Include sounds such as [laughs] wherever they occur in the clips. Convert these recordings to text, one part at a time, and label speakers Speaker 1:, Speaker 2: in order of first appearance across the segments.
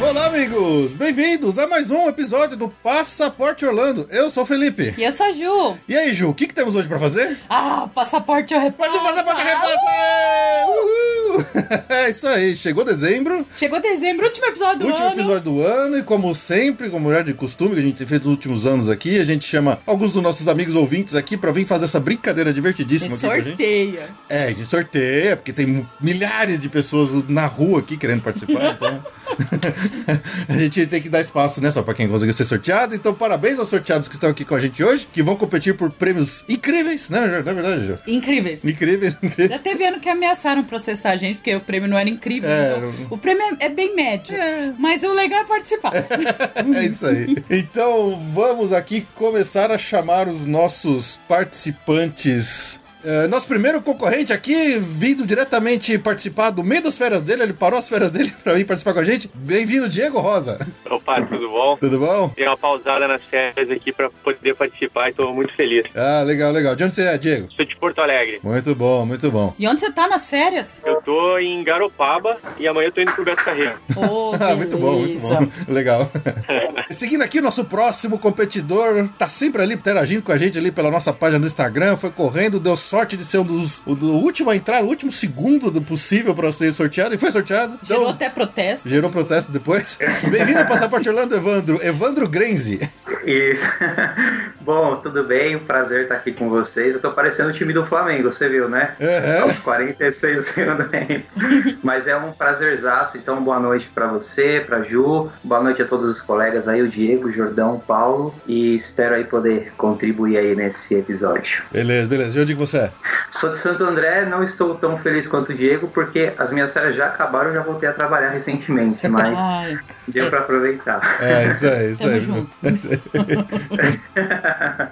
Speaker 1: Olá, amigos! Bem-vindos a mais um episódio do Passaporte Orlando. Eu sou o Felipe.
Speaker 2: E eu sou a Ju.
Speaker 1: E aí, Ju, o que, que temos hoje pra fazer?
Speaker 2: Ah, passaporte eu
Speaker 1: Mais
Speaker 2: repasso.
Speaker 1: um Passaporte Repassa! Uhul! [laughs] É isso aí, chegou dezembro.
Speaker 2: Chegou dezembro, último episódio do
Speaker 1: último
Speaker 2: ano.
Speaker 1: episódio do ano, e como sempre, como já de costume que a gente tem feito nos últimos anos aqui, a gente chama alguns dos nossos amigos ouvintes aqui pra vir fazer essa brincadeira divertidíssima
Speaker 2: E
Speaker 1: aqui com a gente.
Speaker 2: sorteia.
Speaker 1: É, a gente sorteia, porque tem milhares de pessoas na rua aqui querendo participar, então. [laughs] a gente tem que dar espaço, né? Só pra quem conseguiu ser sorteado. Então, parabéns aos sorteados que estão aqui com a gente hoje, que vão competir por prêmios incríveis, né? Ju? Não é verdade, Ju?
Speaker 2: Incríveis.
Speaker 1: Incríveis, incríveis.
Speaker 2: Já teve ano que ameaçaram processar a gente, porque o prêmio não era incrível.
Speaker 1: É,
Speaker 2: então,
Speaker 1: não-
Speaker 2: O prêmio é é bem médio.
Speaker 1: É.
Speaker 2: Mas o legal
Speaker 1: [laughs]
Speaker 2: é participar.
Speaker 1: É isso aí. Então vamos aqui começar a chamar os nossos participantes. É, nosso primeiro concorrente aqui, vindo diretamente participar do meio das férias dele, ele parou as férias dele [laughs] pra vir participar com a gente. Bem-vindo, Diego Rosa. [laughs]
Speaker 3: Opa, tudo bom?
Speaker 1: Tudo bom?
Speaker 3: Dei uma pausada nas férias aqui pra poder participar e tô muito feliz.
Speaker 1: Ah, legal, legal. De onde você é, Diego?
Speaker 3: Sou de Porto Alegre.
Speaker 1: Muito bom, muito bom. [laughs]
Speaker 2: E onde você tá nas férias?
Speaker 3: Eu tô em Garopaba e amanhã eu tô indo pro Beto Carreiro.
Speaker 2: Oh,
Speaker 1: Ah, muito bom, muito
Speaker 2: beleza.
Speaker 1: bom. [laughs] Legal. Seguindo aqui, nosso próximo competidor tá sempre ali interagindo com a gente ali pela nossa página do Instagram, foi correndo, deu sorte de ser um dos o do último a entrar, o último segundo do possível para ser sorteado, e foi sorteado.
Speaker 2: Gerou
Speaker 1: Então,
Speaker 2: até protesto.
Speaker 1: gerou protesto depois. [laughs] Bem-vindo ao Passaporte Orlando, Evandro. Evandro Grenzi.
Speaker 4: Isso. [laughs] Bom, tudo bem? Um prazer estar aqui com vocês. Eu tô parecendo o time do Flamengo, você viu, né?
Speaker 1: Aham.
Speaker 4: Aos 46 anos. [laughs] Mas é um prazerzaço. Então, boa noite pra você, pra Ju. Boa noite a todos os colegas aí, o Diego, o Jordão, o Paulo. E espero aí poder contribuir aí nesse episódio.
Speaker 1: Beleza, beleza. De onde que você é?
Speaker 4: Sou de Santo André, não estou tão feliz quanto o Diego, porque as minhas férias já acabaram, eu já voltei a trabalhar recentemente, mas
Speaker 2: Ai,
Speaker 4: deu pra aproveitar.
Speaker 1: É, isso aí, isso
Speaker 2: tamo
Speaker 1: aí.
Speaker 2: junto.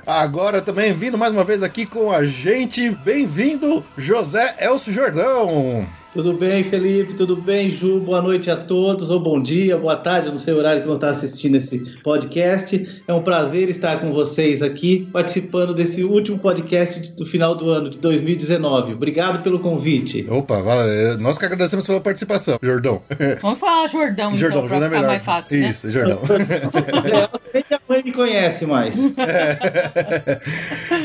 Speaker 1: Agora também vindo mais uma vez aqui com a gente, bem-vindo, José Elcio Jordão.
Speaker 5: Tudo bem, Felipe? Tudo bem, Ju? Boa noite a todos, ou bom dia, boa tarde, não sei o horário que vão estar assistindo esse podcast. É um prazer estar com vocês aqui, participando desse último podcast de- do final do ano de 2019. Obrigado pelo convite.
Speaker 1: Opa, vale. nós que agradecemos pela participação, Jordão. [laughs]
Speaker 2: Vamos falar Jordão, então,
Speaker 1: É. Jordão,
Speaker 2: pra
Speaker 1: Jordão é
Speaker 2: ficar
Speaker 1: melhor.
Speaker 2: mais fácil, né?
Speaker 1: Isso, Jordão. [laughs]
Speaker 5: É, Nem a mãe me conhece mais.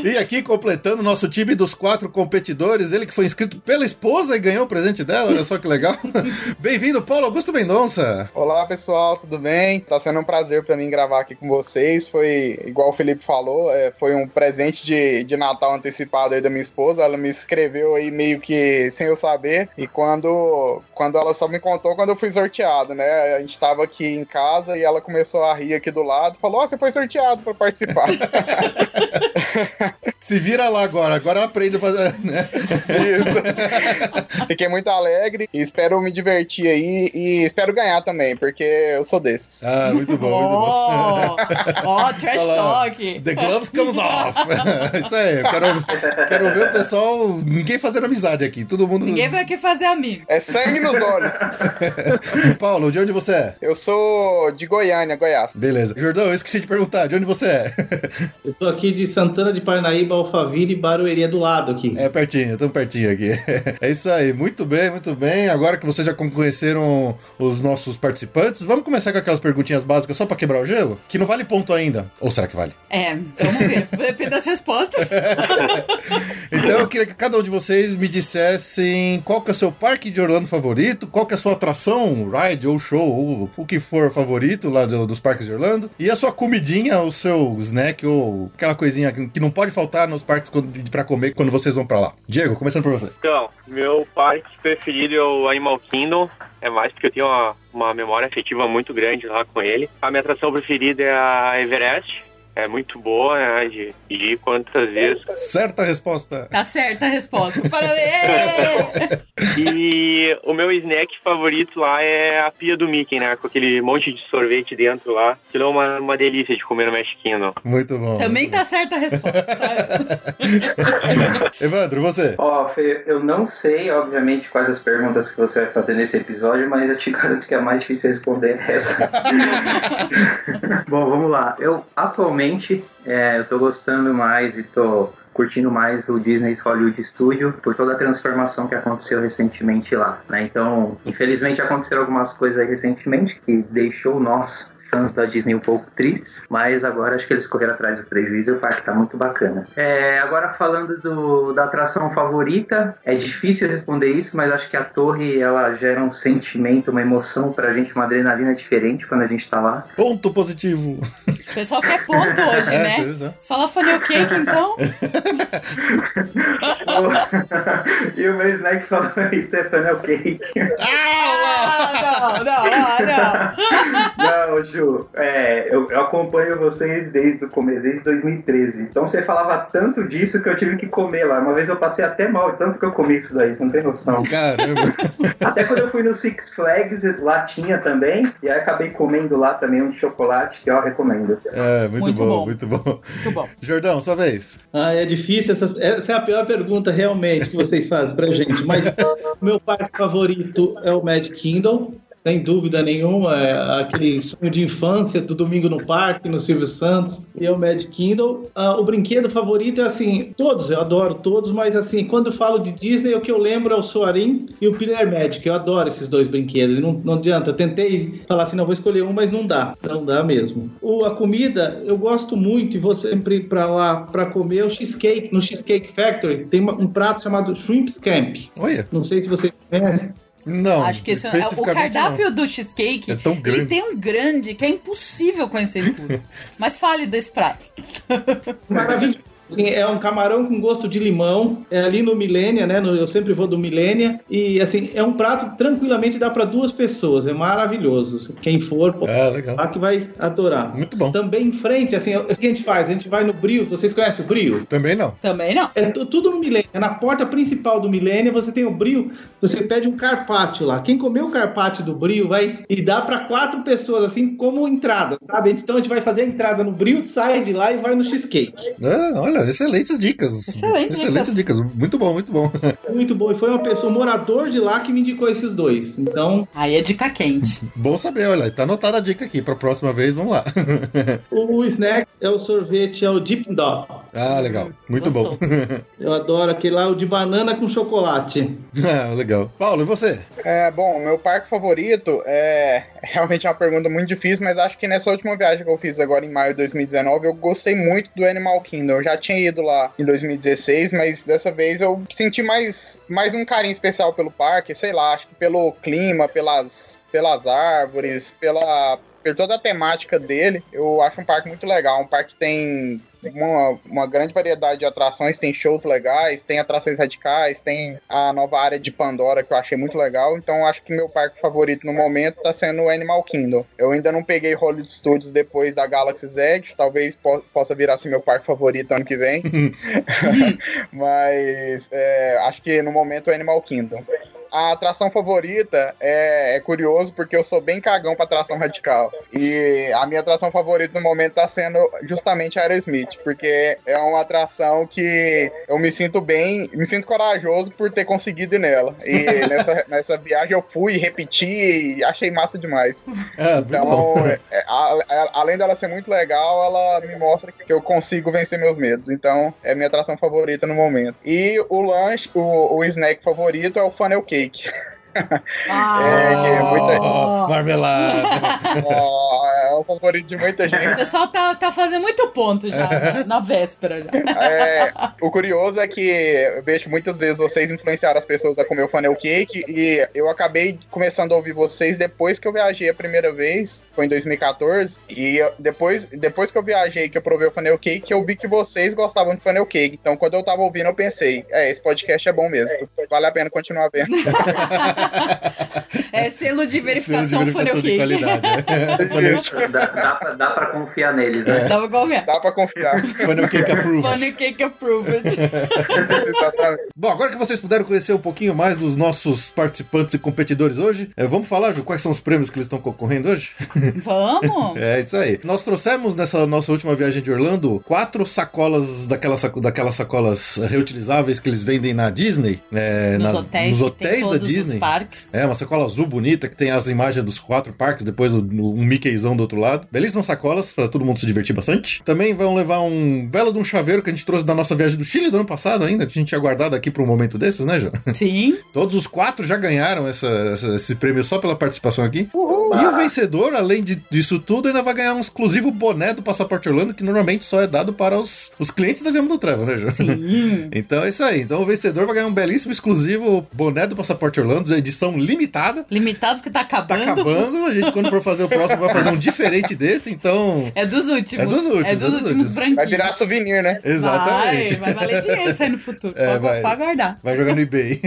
Speaker 1: e aqui, completando o nosso time dos quatro competidores, ele que foi inscrito pela esposa e ganhou o presente dela, olha só que legal. [laughs] Bem-vindo, Paulo Augusto Mendonça.
Speaker 6: Olá pessoal, tudo bem? Tá sendo um prazer pra mim gravar aqui com vocês. Foi, igual o Felipe falou, é, foi um presente de, de Natal antecipado aí da minha esposa. Ela me escreveu aí meio que sem eu saber. E quando, quando ela só me contou quando eu fui sorteado, né? A gente tava aqui em casa e ela começou a rir aqui do lado. Falou: Ó, você foi sorteado pra participar. [laughs]
Speaker 1: Se vira lá agora, agora aprende a fazer.
Speaker 2: [laughs]
Speaker 1: né? [laughs]
Speaker 6: Isso. Fiquei muito alegre e espero me divertir aí e espero ganhar também, porque eu sou desses.
Speaker 1: Ah, muito bom, muito bom.
Speaker 2: Ó, ó, trash
Speaker 1: [laughs] Olha lá.
Speaker 2: talk.
Speaker 1: The gloves comes off. [laughs] Isso aí, eu quero, quero ver o pessoal, ninguém fazendo amizade aqui, todo mundo.
Speaker 2: Ninguém vai aqui fazer amigo.
Speaker 6: É sangue nos olhos.
Speaker 1: [laughs] Paulo, de onde você é?
Speaker 6: Eu sou de Goiânia, Goiás.
Speaker 1: Beleza. Jordão, eu esqueci de perguntar, de onde você é?
Speaker 5: Eu tô aqui de Santana de Parnaíba, Alphaville e Barueri é do lado aqui.
Speaker 1: É pertinho, tão pertinho aqui. [laughs] É isso aí, muito bem, muito bem. Agora que vocês já conheceram os nossos participantes, vamos começar com aquelas perguntinhas básicas só pra quebrar o gelo? Que não vale ponto ainda. Ou será que vale?
Speaker 2: É, então vamos ver. Depende das respostas.
Speaker 1: Então eu queria que cada um de vocês me dissessem qual que é o seu parque de Orlando favorito, qual que é a sua atração, ride ou show, ou o que for favorito lá do- dos parques de Orlando, e a sua comidinha, o seu snack ou aquela coisinha que não pode faltar nos parques quando- pra comer quando vocês vão pra lá. Diego, começando por você.
Speaker 3: Então, meu parque preferido é o Animal Kingdom, é mais porque eu tenho uma, uma memória afetiva muito grande lá com ele. A minha atração preferida é a Everest, é muito boa né, de, de ir quantas vezes.
Speaker 1: Certa resposta.
Speaker 2: Tá certa a resposta. Parabéns!
Speaker 3: E o meu snack favorito lá é a pia do Mickey, né? Com aquele monte de sorvete dentro lá. Aquilo é uma, uma delícia de comer no mexicano.
Speaker 1: Muito bom.
Speaker 2: Também
Speaker 1: muito
Speaker 2: tá certa a resposta, sabe?
Speaker 1: bom. Evandro, você?
Speaker 4: Ó, Fê, eu não sei, obviamente, quais as perguntas que você vai fazer nesse episódio, mas eu te garanto que a mais difícil responder é essa. Bom, vamos lá. Eu atualmente é, eu tô gostando mais e tô curtindo mais o Disney's Hollywood Studio por toda a transformação que aconteceu recentemente lá, né? Então, infelizmente aconteceram algumas coisas aí recentemente que deixou nós fãs da Disney um pouco tristes, mas agora acho que eles correram atrás do prejuízo e o parque tá muito bacana. É, agora falando do, da atração favorita, é difícil responder isso, mas acho que a torre ela gera um sentimento, uma emoção pra gente, uma adrenalina diferente quando a gente tá lá.
Speaker 1: Ponto positivo.
Speaker 2: O pessoal quer ponto hoje,
Speaker 1: É,
Speaker 2: né?
Speaker 1: você- você-
Speaker 2: Você fala funnel cake,
Speaker 1: [laughs]
Speaker 2: então?
Speaker 4: [laughs] e o meu snack favorito é funnel cake.
Speaker 2: Ah, não, não, ah, não.
Speaker 4: Não, Ju, é, eu, eu acompanho vocês desde o começo, desde 2013. Então você falava tanto disso que eu tive que comer lá. Uma vez eu passei até mal, de tanto que eu comi isso daí, você não tem noção.
Speaker 1: Caramba.
Speaker 4: Até quando eu fui no Six Flags, lá tinha também, e aí acabei comendo lá também um chocolate que eu recomendo.
Speaker 1: É, muito,
Speaker 2: Muito
Speaker 1: bom,
Speaker 2: bom.
Speaker 1: muito bom.
Speaker 2: Muito bom.
Speaker 1: Jordão, sua vez.
Speaker 5: Ah, é difícil. Essa, essa é a pior pergunta realmente que vocês fazem pra gente. Mas o meu parque favorito é o Magic Kingdom, sem dúvida nenhuma. É aquele sonho de infância do Domingo no Parque, no Silvio Santos, e é o Magic Kingdom. Ah, o brinquedo favorito é assim, todos, eu adoro todos, mas assim, quando eu falo de Disney, o que eu lembro é o Soarin e o Pillar Magic. Eu adoro esses dois brinquedos. Não, não adianta. Eu tentei falar assim, não, vou escolher um, mas não dá. Não dá mesmo. O, a comida, eu gosto muito e vou sempre pra lá pra comer o cheesecake. No Cheesecake Factory tem uma- um prato chamado Shrimp Scamp.
Speaker 1: Olha.
Speaker 5: Não sei se vocês conhecem.
Speaker 1: Não.
Speaker 2: Acho que esse, é o
Speaker 1: especificamente
Speaker 2: cardápio do cheesecake,
Speaker 1: É tão grande.
Speaker 2: ele tem um grande que é impossível conhecer tudo. Mas fale desse prato.
Speaker 5: Maravilhoso. Sim, é um camarão com gosto de limão, é ali no Milênia, né? no- eu sempre vou do Milênia. E assim, é um prato que tranquilamente dá pra duas pessoas, é maravilhoso. Quem for,
Speaker 1: não.
Speaker 5: pode
Speaker 1: Ah, legal.
Speaker 5: lá que vai adorar.
Speaker 1: Muito bom.
Speaker 5: Também em frente, assim, o que a gente faz? A gente vai no Brio, vocês conhecem o Brio?
Speaker 1: Também não.
Speaker 2: Também não.
Speaker 5: É tu- tudo no Milênia. Na porta principal do Milênia, você tem o Brio, você pede um carpaccio lá. Quem comeu o carpaccio do Brio vai e dá para quatro pessoas, assim, como entrada, sabe? Então a gente vai fazer a entrada no Brio, sai de lá e vai no cheesecake.
Speaker 1: Ah, olha, excelentes dicas.
Speaker 2: Excelentes
Speaker 1: excelentes dicas. Muito bom, muito bom.
Speaker 5: Muito bom. E foi uma pessoa, um morador de lá, que me indicou esses dois. Então,
Speaker 2: Aí é dica quente.
Speaker 1: Bom saber, olha. Tá anotada a dica aqui. Pra próxima vez, vamos lá.
Speaker 5: o snack é o sorvete, é o Deep Dog.
Speaker 1: Ah, legal. [laughs] Muito
Speaker 2: Gostoso.
Speaker 1: bom.
Speaker 5: Eu adoro aquele lá, o de banana com chocolate.
Speaker 1: [laughs] ah, legal. Paulo, e você?
Speaker 6: É, bom, meu parque favorito é [laughs] realmente é uma pergunta muito difícil, mas acho que nessa última viagem que eu fiz agora em maio de 2019, eu gostei muito do Animal Kingdom. Eu já tinha ido lá em 2016, mas dessa vez eu senti mais, mais um carinho especial pelo parque, sei lá, acho que pelo clima, pelas, pelas árvores, pela, por toda a temática dele, eu acho um parque muito legal. Um parque que tem uma, uma grande variedade de atrações, tem shows legais, tem atrações radicais, tem a nova área de Pandora que eu achei muito legal. Então eu acho que meu parque favorito no momento tá sendo o Animal Kingdom. Eu ainda não peguei Hollywood Studios depois da Galaxy's Edge, talvez po- possa virar assim meu parque favorito ano que vem. [laughs] Mas é, acho que no momento é Animal Kingdom. A atração favorita é, é curioso porque eu sou bem cagão pra atração radical. E a minha atração favorita no momento tá sendo justamente a Aerosmith, porque é uma atração que eu me sinto bem, me sinto corajoso por ter conseguido ir nela. E nessa, nessa viagem eu fui, repeti e achei massa demais.
Speaker 1: Ah, muito bom.
Speaker 6: Então, é- é- a- a- além dela ser muito legal, ela me mostra que eu consigo vencer meus medos. Então, é minha atração favorita no momento. E o lanche, o, o snack favorito é o funnel cake.
Speaker 2: Ah,
Speaker 6: É, que é muita-
Speaker 1: Oh,
Speaker 2: [laughs]
Speaker 1: Marmelada.
Speaker 6: Ah, é o favorito de muita
Speaker 2: O
Speaker 6: gente.
Speaker 2: pessoal tá, tá fazendo muito ponto já, né?
Speaker 1: [laughs]
Speaker 2: na, na véspera já.
Speaker 6: É, o curioso é que eu vejo que muitas vezes vocês influenciaram as pessoas a comer o funnel cake e eu acabei começando a ouvir vocês depois que eu viajei a primeira vez, foi em 2014, e eu- depois, depois que eu viajei que eu provei o funnel cake, eu vi que vocês gostavam de funnel cake. Então quando eu tava ouvindo eu pensei, é, esse podcast é bom mesmo, vale a pena continuar vendo.
Speaker 2: [laughs] É selo de verificação,
Speaker 1: Selo de
Speaker 2: funnel
Speaker 1: de
Speaker 2: cake. [laughs]
Speaker 1: qualidade. né? funnel,
Speaker 4: Dá, dá, pra, dá pra confiar neles, né?
Speaker 2: Tava igual mesmo.
Speaker 6: Dá pra confiar.
Speaker 1: funnel cake approved.
Speaker 2: Funnel cake approved.
Speaker 6: Exatamente.
Speaker 1: Bom, agora que vocês puderam conhecer um pouquinho mais dos nossos participantes e competidores hoje, eh, vamos falar, Ju, quais são os prêmios que eles estão concorrendo hoje? [laughs]
Speaker 2: Vamos?
Speaker 1: É isso aí. Nós trouxemos nessa nossa última viagem de Orlando quatro sacolas daquelas, saco- daquelas sacolas reutilizáveis que eles vendem na Disney. né,
Speaker 2: Nos
Speaker 1: nas-
Speaker 2: hotéis,
Speaker 1: nos
Speaker 2: que tem
Speaker 1: hotéis da
Speaker 2: todos
Speaker 1: Disney.
Speaker 2: os parques.
Speaker 1: É, uma sacola azul bonita que tem as imagens dos quatro parques, depois o- o- um Mickeyzão do outro lado. Belíssimas sacolas pra todo mundo se divertir bastante. Também vão levar um belo de um chaveiro que a gente trouxe da nossa viagem do Chile do ano passado ainda, que a gente tinha guardado aqui pra um momento desses, né, João?
Speaker 2: Sim.
Speaker 1: Todos os quatro já ganharam essa, essa- esse prêmio só pela participação aqui. E o vencedor, além de- disso tudo, ainda vai ganhar um exclusivo boné do Passaporte Orlando, que normalmente só é dado para os, os clientes da Viamo do Travel, né, Ju? [laughs]
Speaker 2: Sim.
Speaker 1: Então é isso aí. Então o vencedor vai ganhar um belíssimo exclusivo boné do Passaporte Orlando, de edição limitada.
Speaker 2: Limitado porque tá
Speaker 1: Tá
Speaker 2: acabando.
Speaker 1: acabando, a gente quando for fazer o próximo vai fazer um diferente desse, então...
Speaker 2: É dos últimos.
Speaker 1: É dos últimos,
Speaker 2: É
Speaker 1: é
Speaker 2: dos
Speaker 1: dos
Speaker 2: últimos
Speaker 1: últimos.
Speaker 2: branquinhos.
Speaker 6: Vai virar souvenir, né?
Speaker 1: Exatamente.
Speaker 2: Vai, vai valer dinheiro isso aí no futuro.
Speaker 1: [laughs] É,
Speaker 2: pode,
Speaker 1: vai.
Speaker 2: pode aguardar.
Speaker 1: Vai jogar no eBay.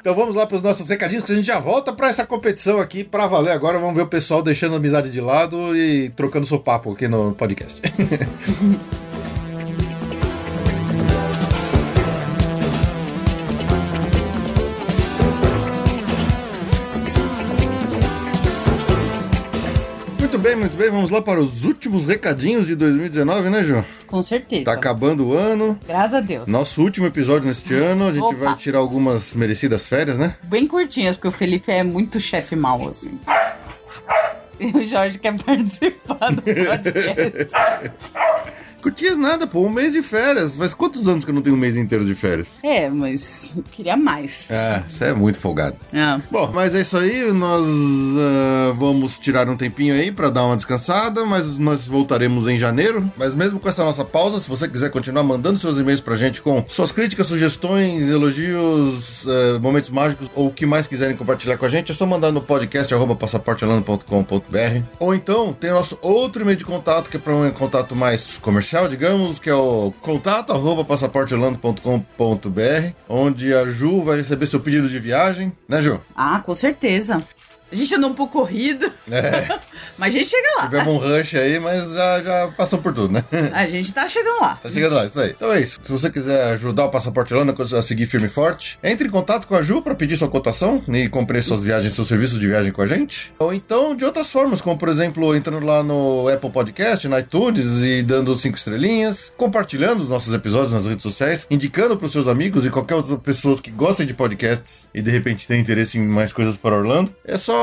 Speaker 1: então vamos lá para os nossos recadinhos, que a gente já volta para essa competição aqui para valer. Agora vamos ver o pessoal deixando a amizade de lado e trocando seu papo aqui no podcast. [laughs] Muito bem, muito bem. Vamos lá para os últimos recadinhos de 2019, né, João?
Speaker 2: Com certeza.
Speaker 1: Tá acabando o ano.
Speaker 2: Graças a Deus.
Speaker 1: Nosso último episódio neste ano, a gente
Speaker 2: Opa.
Speaker 1: vai tirar algumas merecidas férias, né?
Speaker 2: Bem curtinhas, porque o Felipe é muito chefe mau, assim. E o Jorge quer [laughs] participar do podcast.
Speaker 1: Curtias nada, pô, um mês de férias. Faz quantos anos que eu não tenho um mês inteiro de férias?
Speaker 2: é, mas eu queria mais.
Speaker 1: Ah, você é muito folgado.
Speaker 2: Ah,
Speaker 1: Bom, mas é isso aí, nós ah, vamos tirar um tempinho aí pra dar uma descansada, mas nós voltaremos em janeiro. Mas mesmo com essa nossa pausa, se você quiser continuar mandando seus e-mails pra gente com suas críticas, sugestões, elogios, ah, momentos mágicos ou o que mais quiserem compartilhar com a gente, é só mandar no podcast arroba passaporteolando.com.br ou então tem o nosso outro e-mail de contato que é para um contato mais comercial, digamos, que é o contato arroba passaporteolando.com.br onde a Ju vai receber seu pedido de viagem, né Ju?
Speaker 2: ah, com certeza. A gente andou um pouco corrido,
Speaker 1: É,
Speaker 2: [laughs] mas a gente chega lá.
Speaker 1: tivemos um rush aí, mas já, já passou por tudo, né? [laughs]
Speaker 2: A gente tá chegando lá.
Speaker 1: Tá chegando lá, isso aí. Então é isso. Se você quiser ajudar o Passaporte Lana a seguir firme e forte, entre em contato com a Ju pra pedir sua cotação e compre suas viagens, seu serviço de viagem com a gente. Ou então de outras formas, como por exemplo, entrando lá no Apple Podcast, na iTunes e dando cinco estrelinhas, compartilhando os nossos episódios nas redes sociais, indicando pros seus amigos e qualquer outra pessoas que gostem de podcasts e de repente tem interesse em mais coisas para Orlando. É só,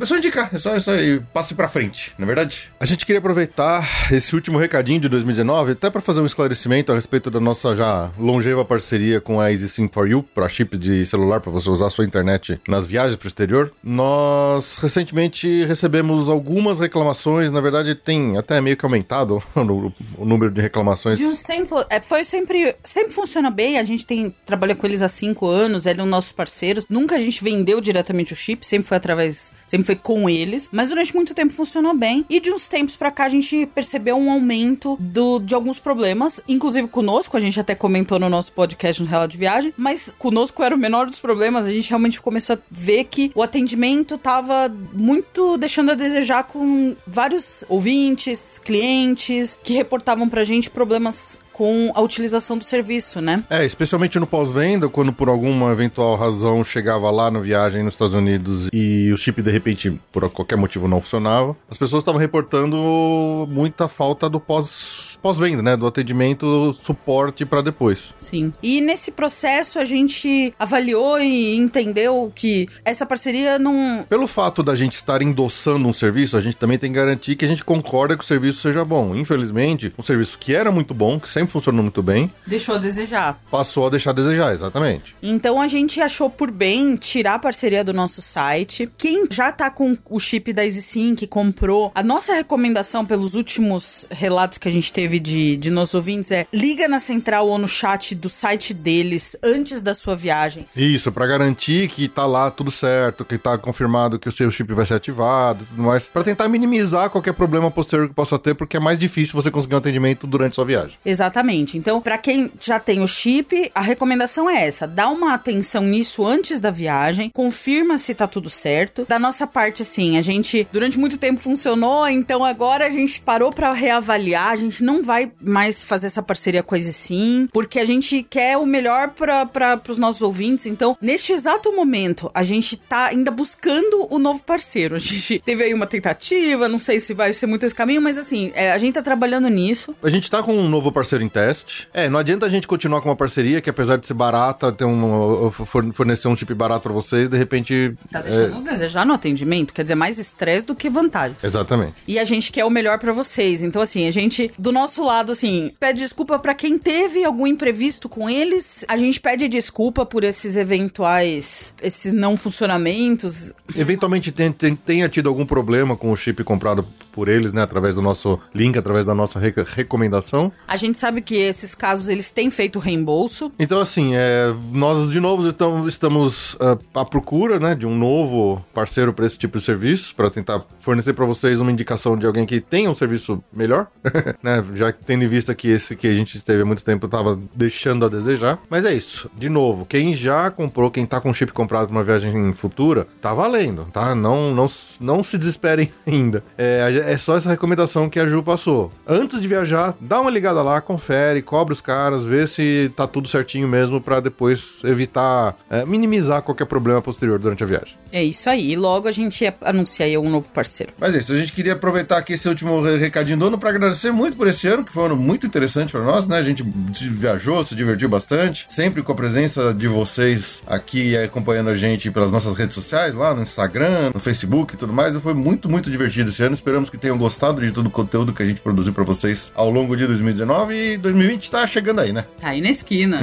Speaker 1: é só indicar, é só, é só e passe pra frente, na é verdade? A gente queria aproveitar esse último recadinho de 2019 até para fazer um esclarecimento a respeito da nossa já longeva parceria com a Easy Sim for You para chips de celular para você usar a sua internet nas viagens para o exterior. Nós recentemente recebemos algumas reclamações, na verdade tem até meio que aumentado [laughs] o nu- o número de reclamações.
Speaker 2: De uns tempos. é, foi sempre. Sempre funciona bem. A gente tem trabalha com eles há cinco anos, eram nossos parceiros. Nunca a gente vendeu diretamente o chip, sempre foi através. Sempre foi com eles. Mas durante muito tempo funcionou bem. E de uns tempos pra cá a gente percebeu um aumento do, de alguns problemas, inclusive conosco. A gente até comentou no nosso podcast no Relato de Viagem. Mas conosco era o menor dos problemas. A gente realmente começou a ver que o atendimento tava muito deixando a desejar com vários ouvintes, clientes, que reportavam pra gente problemas com a utilização do serviço, né?
Speaker 1: É, especialmente no pós-venda, quando por alguma eventual razão chegava lá na viagem nos Estados Unidos e o chip de repente, por qualquer motivo, não funcionava, as pessoas estavam reportando muita falta do pós pós-venda, né? Do atendimento, suporte pra depois.
Speaker 2: Sim. E nesse processo a gente avaliou e entendeu que essa parceria não.
Speaker 1: Pelo fato da gente estar endossando um serviço, a gente também tem que garantir que a gente concorda que o serviço seja bom. Infelizmente, um serviço que era muito bom, que sempre funcionou muito bem,
Speaker 2: Deixou a desejar.
Speaker 1: passou a deixar a desejar, exatamente.
Speaker 2: Então a gente achou por bem tirar a parceria do nosso site. Quem já tá com o chip da EasySync, comprou, a nossa recomendação pelos últimos relatos que a gente teve de, de nossos ouvintes é liga na central ou no chat do site deles antes da sua viagem.
Speaker 1: Isso, pra garantir que tá lá tudo certo, que tá confirmado que o seu chip vai ser ativado e tudo mais, pra tentar minimizar qualquer problema posterior que possa ter, porque é mais difícil você conseguir um atendimento durante sua viagem.
Speaker 2: Exatamente. Então, pra quem já tem o chip, a recomendação é essa: dá uma atenção nisso antes da viagem, confirma se tá tudo certo. Da nossa parte, assim, a gente durante muito tempo funcionou, então agora a gente parou pra reavaliar. A gente não vai mais fazer essa parceria coisa sim, porque a gente quer o melhor para os nossos ouvintes. Então, neste exato momento, a gente tá ainda buscando o novo parceiro. A gente teve aí uma tentativa, não sei se vai ser muito esse caminho, mas assim, é, a gente tá trabalhando nisso.
Speaker 1: A gente tá com um novo parceiro em teste. É, não adianta a gente continuar com uma parceria que, apesar de ser barata, ter um, forne- fornecer um chip barato pra vocês, de repente.
Speaker 2: Tá deixando a desejar no atendimento, quer dizer, mais estresse do que vantagem.
Speaker 1: Exatamente.
Speaker 2: E a gente quer o melhor pra vocês. Então, assim, a gente, do nosso lado, assim, pede desculpa pra quem teve algum imprevisto com eles. A gente pede desculpa por esses eventuais, esses não funcionamentos.
Speaker 1: Eventualmente tem- tem- tenha tido algum problema com o chip comprado por eles, né? Através do nosso link, através da nossa reca- recomendação.
Speaker 2: A gente sabe que esses casos eles têm feito reembolso.
Speaker 1: Então, assim, é, nós de novo então, estamos ah, à procura né, de um novo parceiro para esse tipo de serviço, para tentar fornecer para vocês uma indicação de alguém que tenha um serviço melhor, [laughs] né, já que tendo em vista que esse que a gente teve há muito tempo estava deixando a desejar. Mas é isso, de novo, quem já comprou, quem tá com chip comprado para uma viagem futura, tá valendo, tá? Não, não, não se desesperem [laughs] ainda. É, é só essa recomendação que a Ju passou. Antes de viajar, dá uma ligada lá, confere, cobre os caras, vê se tá tudo certinho mesmo pra depois evitar, é, minimizar qualquer problema posterior durante a viagem.
Speaker 2: É isso aí. E logo a gente anuncia aí um novo parceiro.
Speaker 1: Mas é isso, a gente queria aproveitar aqui esse último re- recadinho do ano para agradecer muito por esse ano, que foi um ano muito interessante para nós, né? A gente se viajou, se divertiu bastante, sempre com a presença de vocês aqui eh, acompanhando a gente pelas nossas redes sociais, lá no Instagram, no Facebook e tudo mais. E Foi muito, muito divertido esse ano. Esperamos que tenham gostado de todo o conteúdo que a gente produziu para vocês ao longo de 2019 e 2020 tá chegando aí, né?
Speaker 2: Tá aí na esquina.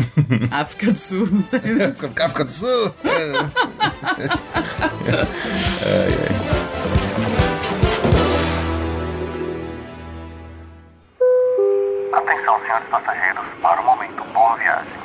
Speaker 2: África do Sul.
Speaker 1: África do Sul!
Speaker 7: Atenção, senhores passageiros, para o momento. Boa viagem.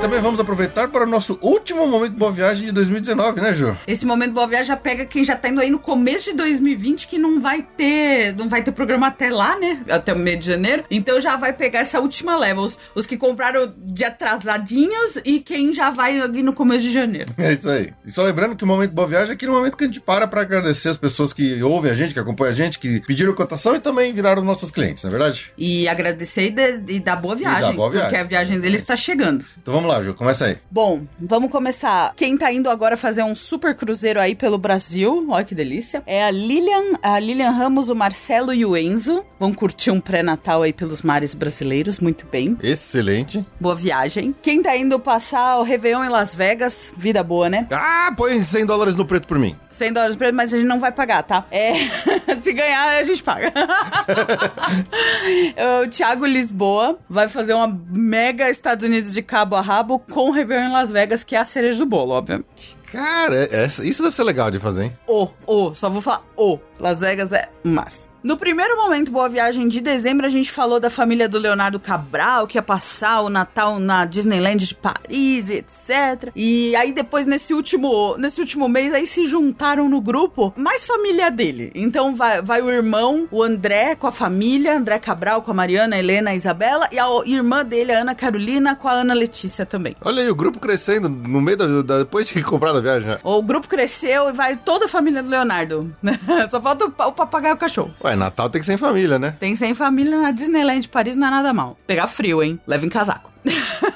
Speaker 1: Também vamos aproveitar para o nosso último momento boa viagem de 2019, né, Ju?
Speaker 2: Esse momento Boa Viagem já pega quem já tá indo aí no começo de 2020, que não vai ter. Não vai ter programa até lá, né? Até o meio de janeiro. Então já vai pegar essa última level. Os, os que compraram de atrasadinhos e quem já vai ali no começo de janeiro.
Speaker 1: É isso aí. E só lembrando que o Momento Boa Viagem é aquele momento que a gente para pra agradecer as pessoas que ouvem a gente, que acompanham a gente, que pediram cotação e também viraram nossos clientes, não é verdade?
Speaker 2: E agradecer e, de- e dar boa viagem.
Speaker 1: dar boa viagem.
Speaker 2: Porque a viagem deles tá chegando.
Speaker 1: Então vamos lá, Ju, começa aí.
Speaker 2: Bom, vamos começar. Quem tá indo agora fazer um super cruzeiro aí pelo Brasil, olha que delícia, é a Lilian, a Lilian Ramos, o Marcelo e o Enzo. Vão curtir um pré-natal aí pelos mares brasileiros, muito bem.
Speaker 1: Excelente.
Speaker 2: Boa viagem. Quem tá indo passar o Réveillon em Las Vegas, vida boa, né?
Speaker 1: Ah, põe 100 dólares no preto por mim.
Speaker 2: 100 dólares pra ele, mas a gente não vai pagar, tá? É, [laughs] se ganhar, a gente paga. [laughs] o Thiago Lisboa vai fazer uma mega Estados Unidos de cabo a rabo com o Réveillon em Las Vegas, que é a cereja do bolo, obviamente.
Speaker 1: Cara, é- essa- isso deve ser legal de fazer, hein?
Speaker 2: O, o, só vou falar o. Las Vegas é mas. No primeiro momento Boa Viagem de dezembro, a gente falou da família do Leonardo Cabral, que ia passar o Natal na Disneyland de Paris, etc. E aí depois, nesse último, nesse último mês, aí se juntaram no grupo mais família dele. Então vai, vai o irmão, o André, com a família, André Cabral, com a Mariana, a Helena, a Isabela, e a o- irmã dele, a Ana Carolina, com a Ana Letícia também.
Speaker 1: Olha aí, o grupo crescendo no meio da. da- depois de comprar da viagem. né?
Speaker 2: [laughs] O grupo cresceu e vai toda a família do Leonardo. Só falta o pa- o papagaio e o cachorro.
Speaker 1: Ué, Ué, Natal tem que ser em família, né?
Speaker 2: Tem que ser em família na Disneyland Paris, não é nada mal. Pegar frio, hein? Levem casaco. [laughs]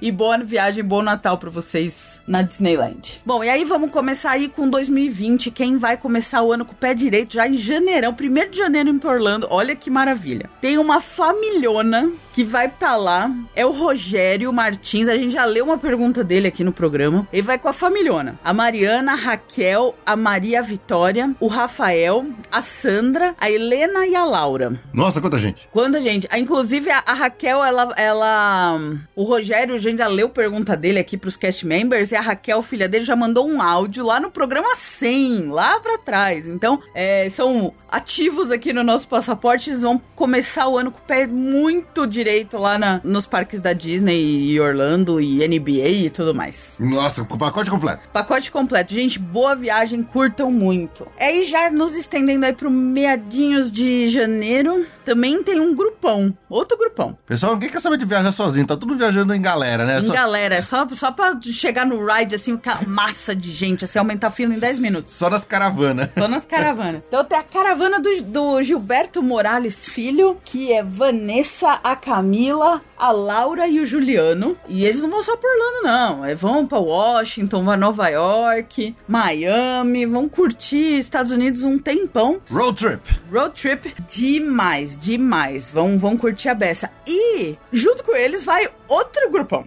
Speaker 2: e boa viagem, bom Natal pra vocês na Disneyland. Bom, e aí vamos começar aí com 2020. Quem vai começar o ano com o pé direito já em janeirão, 1 de janeiro em Orlando. Olha que maravilha. Tem uma familhona que vai estar lá. É o Rogério Martins. A gente já leu uma pergunta dele aqui no programa. Ele vai com a familhona. A Mariana, a Raquel, a Maria Vitória, o Rafael, a Sandra, a Helena e a Laura.
Speaker 1: Nossa, quanta gente.
Speaker 2: Quanta gente. Ah, Inclusive, a, a Raquel, ela, ela. O Rogério, a gente já leu pergunta dele aqui pros cast members. E a Raquel, filha dele, já mandou um áudio lá no programa 100, lá pra trás. Então, é, são ativos aqui no nosso passaporte. Eles vão começar o ano com o pé muito direito lá na- nos parques da Disney e Orlando e NBA e tudo mais.
Speaker 1: Nossa, o pacote completo.
Speaker 2: Pacote completo. Gente, boa viagem, curtam muito. Aí já nos estendendo aí pro meadinhos de janeiro, também tem um grupão, outro grupão.
Speaker 1: Pessoal, ninguém quer saber de viajar sozinho. Tá tudo viajando em galera, né?
Speaker 2: Em
Speaker 1: Só-
Speaker 2: Galera, é só, só pra chegar no ride, assim, com a massa de gente, assim, aumentar a fila em 10 minutos.
Speaker 1: Só nas caravanas.
Speaker 2: Só nas caravanas. Então tem a caravana do, do Gilberto Morales Filho, que é Vanessa, a Camila, a Laura e o Juliano. E eles não vão só por Orlando, não. É, vão pra Washington, vão pra Nova York, Miami, vão curtir Estados Unidos um tempão.
Speaker 1: Road trip.
Speaker 2: [laughs] Road trip demais, demais. Vão, vão curtir a beça. E junto com eles vai outro grupão.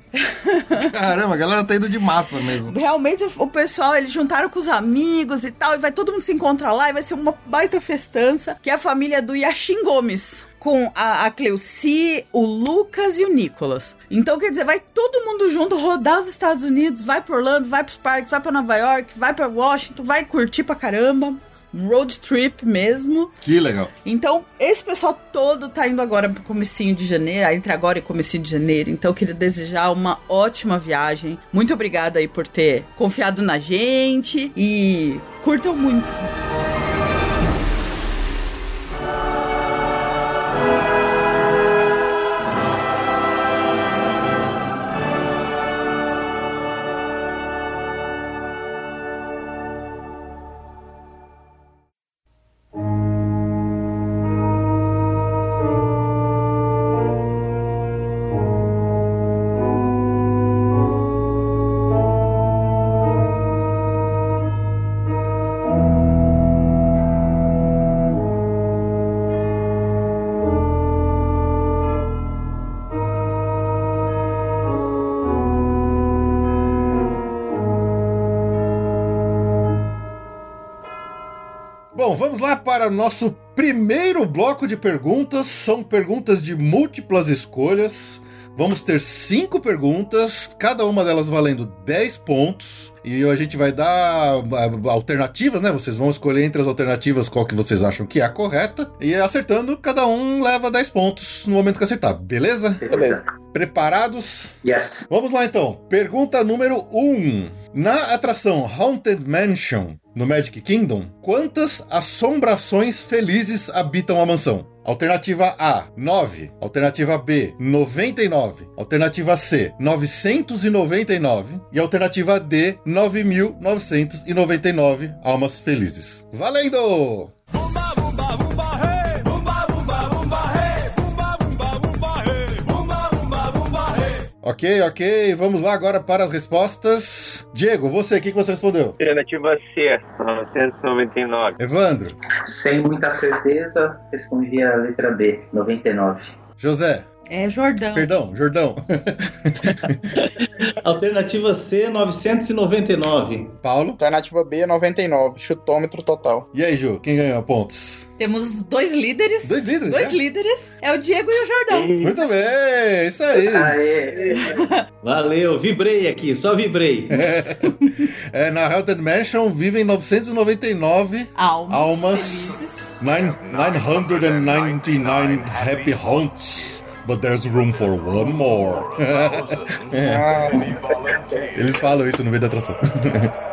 Speaker 1: Caramba, a galera tá indo de massa mesmo.
Speaker 2: Realmente o- o pessoal, eles juntaram com os amigos e tal, e vai todo mundo se encontrar lá, e vai ser uma baita festança, que é a família do Yashin Gomes. Com a, a Cleuci, o Lucas e o Nicolas. Então, quer dizer, vai todo mundo junto rodar os Estados Unidos, vai pra Orlando, vai pros parques, vai pra Nova York, vai pra Washington, vai curtir pra caramba. Road trip mesmo.
Speaker 1: Que legal.
Speaker 2: Então, esse pessoal todo tá indo agora pro comecinho de janeiro, ah, entre agora e comecinho de janeiro. Então, eu queria desejar uma ótima viagem. Muito obrigada aí por ter confiado na gente e curtam muito.
Speaker 1: Bom, vamos lá para o nosso primeiro bloco de perguntas. São perguntas de múltiplas escolhas. Vamos ter cinco perguntas, cada uma delas valendo 10 pontos. E a gente vai dar ah, alternativas, né? Vocês vão escolher entre as alternativas qual que vocês acham que é a correta. E acertando, cada um leva 10 pontos no momento que acertar, beleza?
Speaker 4: Beleza.
Speaker 1: Preparados?
Speaker 4: Yes.
Speaker 1: Vamos lá então. Pergunta número 1. Na atração Haunted Mansion, no Magic Kingdom, quantas assombrações felizes habitam a mansão? Alternativa A, 9. Alternativa B, 99. Alternativa C, 999. E alternativa D, 9.999 almas felizes. Valendo! Ok, ok. Vamos lá agora para as respostas. Diego, você, o que que você respondeu?
Speaker 3: Alternativa C, 999.
Speaker 1: Evandro,
Speaker 4: Sem muita certeza, respondi a letra B, 99.
Speaker 1: José,
Speaker 2: É Jordão.
Speaker 1: perdão, Jordão,
Speaker 5: Alternativa C, 999.
Speaker 1: Paulo.
Speaker 6: Alternativa B, é 99. Chutômetro total.
Speaker 1: E aí, Ju, quem ganhou pontos?
Speaker 2: Temos dois líderes.
Speaker 1: Dois líderes,
Speaker 2: Dois
Speaker 1: né?
Speaker 2: líderes. É o Diego e o Jordão.
Speaker 1: Muito bem, isso aí.
Speaker 4: Aê!
Speaker 5: Valeu, vibrei aqui, só vibrei.
Speaker 1: É, na Haunted Mansion vivem 999,
Speaker 2: Almas.
Speaker 1: Almas.
Speaker 2: Felizes.
Speaker 1: nine- 999 happy haunts But there's room for one more.
Speaker 6: Ah,
Speaker 1: [laughs] Eles falam isso no meio da atração.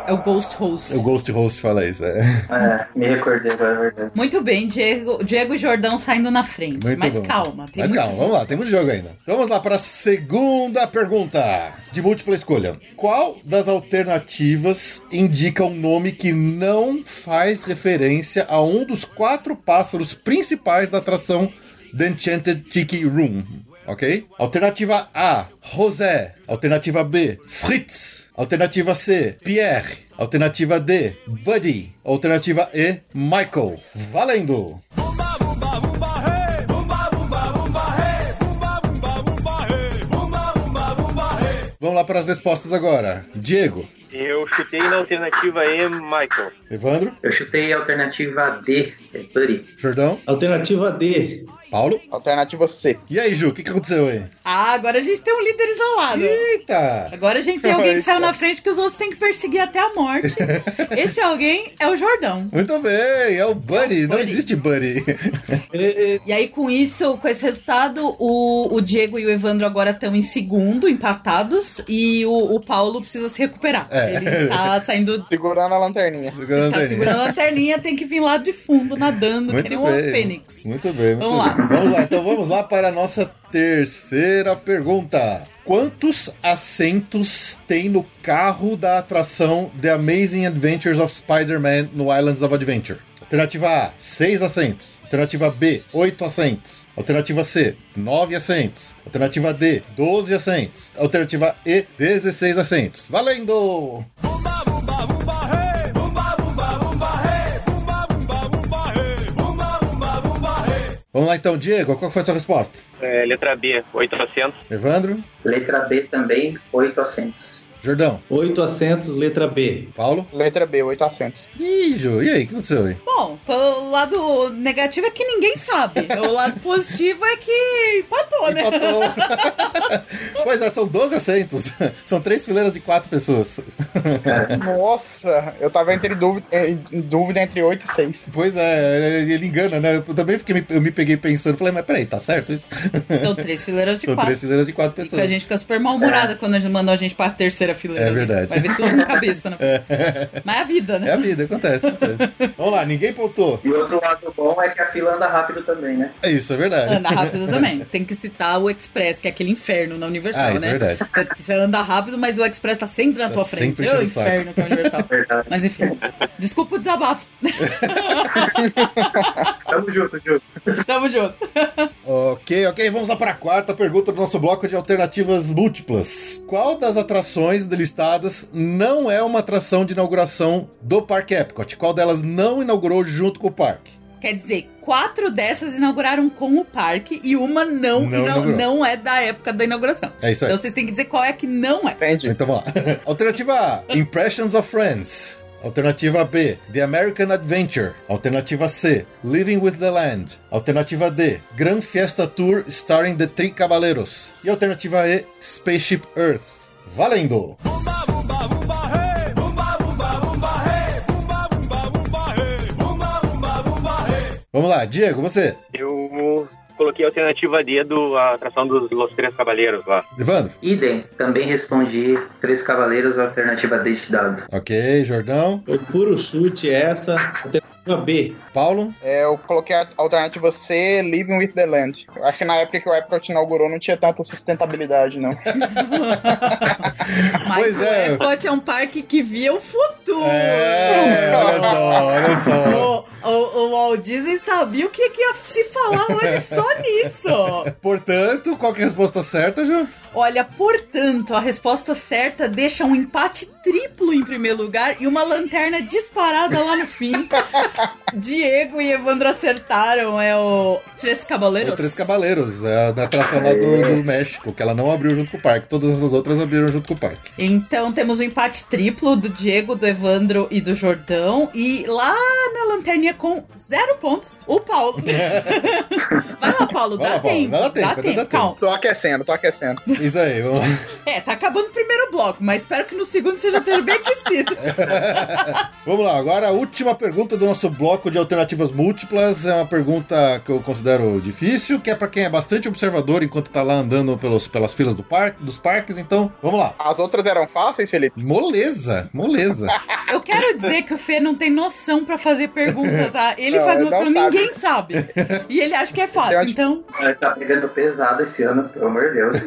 Speaker 2: É o Ghost Host.
Speaker 1: o Ghost Host fala isso. É.
Speaker 4: É, me recordei, agora, é verdade.
Speaker 2: Muito bem, Diego, Diego Jordão saindo na frente.
Speaker 1: Muito
Speaker 2: Mas
Speaker 1: bom.
Speaker 2: calma, tem
Speaker 1: Mas
Speaker 2: muito
Speaker 1: calma, vamos lá, tem muito jogo ainda. Então Vamos lá para a segunda pergunta de múltipla escolha. Qual das alternativas indica um nome que não faz referência a um dos quatro pássaros principais da atração The Enchanted Tiki Room? Ok? Alternativa A, José. Alternativa B, Fritz. Alternativa C, Pierre. Alternativa D, Buddy. Alternativa E, Michael. Valendo! Vamos lá para as respostas agora. Diego,
Speaker 3: Eu chutei na alternativa E, Michael.
Speaker 1: Evandro,
Speaker 4: Eu chutei a alternativa D, é Buddy.
Speaker 1: Jordão,
Speaker 5: Alternativa D.
Speaker 1: Paulo.
Speaker 6: Alternativa C.
Speaker 1: E aí, Ju, o que, que aconteceu aí?
Speaker 2: Ah, agora a gente tem um líder isolado.
Speaker 1: Eita!
Speaker 2: Agora a gente tem
Speaker 1: [laughs]
Speaker 2: alguém que saiu na frente que os outros têm que perseguir até a morte. Esse alguém é o Jordão.
Speaker 1: Muito bem, é o Buddy. Não
Speaker 2: Buddy.
Speaker 1: existe Buddy.
Speaker 5: Eh,
Speaker 2: E aí, com isso, com esse resultado, o, o Diego e o Evandro agora estão em segundo, empatados, e o, o Paulo precisa se recuperar.
Speaker 1: É.
Speaker 2: Ele
Speaker 1: [laughs]
Speaker 2: tá saindo.
Speaker 6: Segurando a lanterninha.
Speaker 1: Agora não
Speaker 2: Tá
Speaker 1: tem.
Speaker 2: segurando a lanterninha, tem que vir lá de fundo, nadando, que nem
Speaker 1: Muito
Speaker 2: um
Speaker 1: bem.
Speaker 2: fênix.
Speaker 1: Muito bem, muito
Speaker 2: Vamos lá.
Speaker 1: bem. Vamos lá, então vamos lá para a nossa terceira pergunta. Quantos assentos tem no carro da atração The Amazing Adventures of Spider-Man no Islands of Adventure? Alternativa A, 6 assentos. Alternativa B, 8 assentos. Alternativa C, 9 assentos. Alternativa D, 12 assentos. Alternativa E, 16 assentos. Valendo! Vamos lá então, Diego, qual foi a sua resposta?
Speaker 3: É, letra B, 800.
Speaker 1: Evandro,
Speaker 4: Letra B também, oito assentos.
Speaker 1: Jordão,
Speaker 5: Oito assentos, letra B.
Speaker 1: Paulo.
Speaker 6: Letra B, 8 assentos.
Speaker 1: Ih, Ju, e aí, o que aconteceu aí?
Speaker 2: Bom, pelo lado negativo é que ninguém sabe. O lado positivo é que empatou, né?
Speaker 1: Empatou. pois é, são 12 assentos. São três fileiras de quatro pessoas.
Speaker 6: Nossa, eu tava entre dúvida, em- em dúvida entre 8 e 6.
Speaker 1: Pois é, ele- ele engana, né? Eu também fiquei, me- eu me peguei pensando, falei, mas peraí, tá certo isso?
Speaker 2: [laughs] São três fileiras de
Speaker 1: São
Speaker 2: quatro.
Speaker 1: três fileiras de quatro
Speaker 2: Porque a
Speaker 1: pessoas.
Speaker 2: gente fica super mal-humorada quando a gente mandou a gente pra terceira fileira.
Speaker 1: É
Speaker 2: né?
Speaker 1: verdade.
Speaker 2: Vai ver tudo com cabeça, né? Mas é a
Speaker 1: [laughs]
Speaker 2: vida,
Speaker 1: É
Speaker 2: né?
Speaker 1: a vida, acontece. acontece. Vamos lá, ninguém pontou.
Speaker 4: E outro lado bom é que a fila anda rápido também, né?
Speaker 1: É isso, é verdade.
Speaker 2: Anda rápido também. Tem que citar o Express, que é aquele inferno na Universal,
Speaker 1: Ah, isso
Speaker 2: né?
Speaker 1: é verdade.
Speaker 2: Você, você anda rápido, mas o Express tá sempre na
Speaker 1: Tá
Speaker 2: tua frente.
Speaker 1: sempre
Speaker 2: É o
Speaker 1: enchendo o saco.
Speaker 2: inferno com a Universal.
Speaker 4: Verdade.
Speaker 2: Mas enfim, desculpa o desabafo.
Speaker 4: [laughs] Tamo junto, Ju.
Speaker 2: Tamo junto.
Speaker 1: Ok, ok, vamos lá para a quarta pergunta do nosso bloco de alternativas múltiplas. Qual das atrações listadas não é uma atração de inauguração do Parque Epcot? Qual delas não inaugurou junto com o parque?
Speaker 2: Quer dizer, quatro dessas inauguraram com o parque e uma não,
Speaker 1: Não
Speaker 2: não, não,
Speaker 1: inaugurou.
Speaker 2: é da época da inauguração.
Speaker 1: É isso aí.
Speaker 2: Então vocês têm que dizer qual é que não é.
Speaker 6: Entendi.
Speaker 1: Então vamos lá. [laughs] Alternativa A: Impressions of Friends. Alternativa B: The American Adventure. Alternativa C: Living with the Land. Alternativa D: Gran Fiesta Tour starring the Three Cavaleiros. E alternativa E: Spaceship Earth. Valendo! Vamos lá, Diego, você.
Speaker 3: Eu coloquei a alternativa D do a atração dos Los Três Cavaleiros lá.
Speaker 1: Evandro.
Speaker 4: Idem, também respondi Três Cavaleiros, alternativa D de dado.
Speaker 1: Ok, Jordão.
Speaker 5: Foi puro chute é essa. Alternativa B.
Speaker 1: Paulo.
Speaker 6: É, eu coloquei a alternativa C, Living with the Land. Eu acho que na época que o Epcot inaugurou não tinha tanta sustentabilidade, não.
Speaker 2: Mas
Speaker 1: Pois
Speaker 2: o
Speaker 1: é.
Speaker 2: Epcot é um parque que via o futuro.
Speaker 1: É, olha só, olha
Speaker 2: [laughs]
Speaker 1: só.
Speaker 2: O, o, o Walt Disney sabia o que, que ia se falar hoje só nisso.
Speaker 1: Portanto, qual que é a resposta certa, Ju?
Speaker 2: Olha, portanto, a resposta certa deixa um empate triplo em primeiro lugar e uma lanterna disparada lá
Speaker 1: [laughs]
Speaker 2: no fim. Diego e Evandro acertaram. É o Três Cavaleiros.
Speaker 1: Os Três Cavaleiros, é a da atração lá do, do México, que ela não abriu junto com o parque. Todas as outras abriram junto com o parque.
Speaker 2: Então temos o empate triplo do Diego, do Evandro e do Jordão. E lá na lanterninha com zero pontos, o Paulo. Vai lá, Paulo,
Speaker 1: Vai
Speaker 2: dá,
Speaker 1: lá, Paulo,
Speaker 2: tempo,
Speaker 1: vai lá, tempo, ainda dá tempo.
Speaker 2: calma.
Speaker 6: [laughs] Tô aquecendo, tô aquecendo.
Speaker 1: Isso aí, vamos lá. [laughs]
Speaker 2: É, tá acabando o primeiro bloco, mas espero que no segundo você já esteja bem aquecido.
Speaker 1: Vamos lá, agora a última pergunta do nosso bloco bloco de alternativas múltiplas é uma pergunta que eu considero difícil, que é pra quem é bastante observador enquanto tá lá andando pelos, pelas filas do parque, dos parques. Então, vamos lá.
Speaker 6: As outras eram fáceis, Felipe?
Speaker 1: Moleza, moleza.
Speaker 2: Eu quero dizer que o Fê não tem noção pra fazer pergunta, tá? Ele
Speaker 6: Não,
Speaker 2: faz
Speaker 6: ele
Speaker 2: uma pergunta
Speaker 6: não
Speaker 2: ninguém sabe. E ele acha que é fácil,
Speaker 6: acho-
Speaker 2: então.
Speaker 4: Olha, tá pegando pesado esse ano, pelo amor de [laughs] Deus.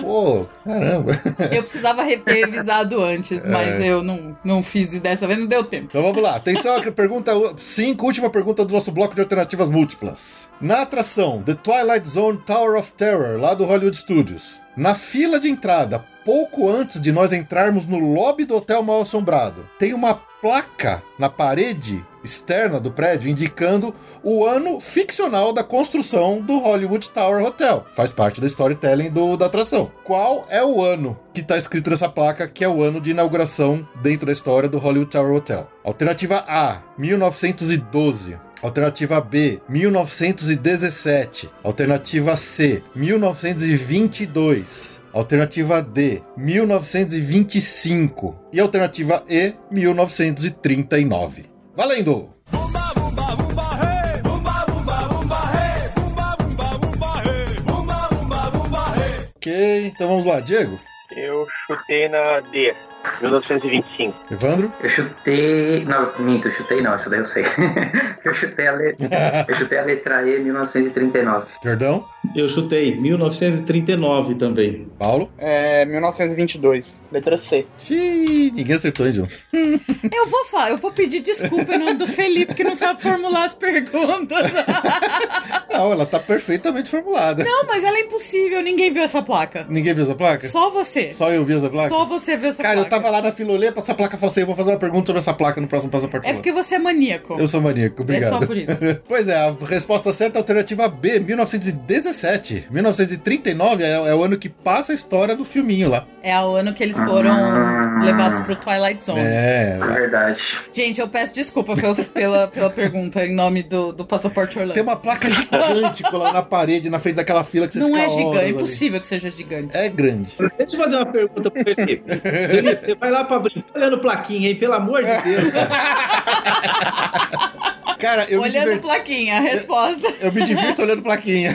Speaker 1: Pô, caramba.
Speaker 2: Eu precisava re- ter revisado antes, mas eu não, não fiz e dessa vez não deu tempo.
Speaker 1: Então vamos lá, atenção, a pergunta 5, última pergunta do nosso bloco de alternativas múltiplas. Na atração The Twilight Zone Tower of Terror, lá do Hollywood Studios, na fila de entrada, pouco antes de nós entrarmos no lobby do Hotel Mal Assombrado, tem uma placa na parede externa do prédio indicando o ano ficcional da construção do Hollywood Tower Hotel. Faz parte da storytelling do- da atração. Qual é o ano que está escrito nessa placa que é o ano de inauguração dentro da história do Hollywood Tower Hotel? Alternativa A, 1912. Alternativa B, 1917. Alternativa C, 1922. Alternativa D, 1925. E alternativa E, 1939. Valendo! Ok, então vamos lá, Diego.
Speaker 3: Eu chutei na D, 1925.
Speaker 1: Evandro?
Speaker 4: Eu chutei. Não, minto, eu chutei não, essa daí eu sei. [laughs] eu, chutei a le- eu chutei a letra E 1939.
Speaker 1: Jordão?
Speaker 5: Eu chutei 1939 também.
Speaker 1: Paulo?
Speaker 6: É, 1922. Letra C.
Speaker 1: Xiii, ninguém acertou, hein, João?
Speaker 2: Eu vou falar, eu vou pedir desculpa em nome do Felipe, que não sabe formular
Speaker 1: [laughs]
Speaker 2: as perguntas.
Speaker 1: Não, ela tá perfeitamente formulada.
Speaker 2: Não, mas ela é impossível, ninguém viu essa placa.
Speaker 1: Ninguém viu essa placa?
Speaker 2: Só você.
Speaker 1: Só eu vi essa placa?
Speaker 2: Só você viu essa
Speaker 1: Cara, eu
Speaker 2: placa.
Speaker 1: tava lá na fila, olhei pra essa placa e falei assim, eu vou fazer uma pergunta sobre essa placa no próximo Passa
Speaker 2: É
Speaker 1: Particular.
Speaker 2: porque você é maníaco.
Speaker 1: Eu sou maníaco, obrigado.
Speaker 2: É só por isso.
Speaker 1: [laughs] pois é, a resposta certa é a alternativa B, 1917. 1939 é, é o ano que passa a história do filminho lá.
Speaker 2: É o ano que eles foram
Speaker 4: Ah.
Speaker 2: levados pro Twilight Zone.
Speaker 1: É,
Speaker 4: É verdade.
Speaker 2: Gente, eu peço desculpa pelo- pela, pela pergunta em nome do, do Passaporte Orlando.
Speaker 1: tem uma placa gigante [laughs] colada na parede, na frente daquela fila que você
Speaker 2: Não
Speaker 1: fica
Speaker 2: é
Speaker 1: horas
Speaker 2: gigante, é
Speaker 1: ali.
Speaker 2: impossível que seja gigante.
Speaker 1: É grande.
Speaker 5: Deixa eu fazer uma pergunta pro Felipe. Felipe, você vai lá pra brincar olhando plaquinha, hein? Pelo amor de Deus.
Speaker 1: Cara, eu me
Speaker 2: Olhando
Speaker 1: diverti.
Speaker 2: plaquinha, a resposta.
Speaker 1: Eu me divirto olhando plaquinha.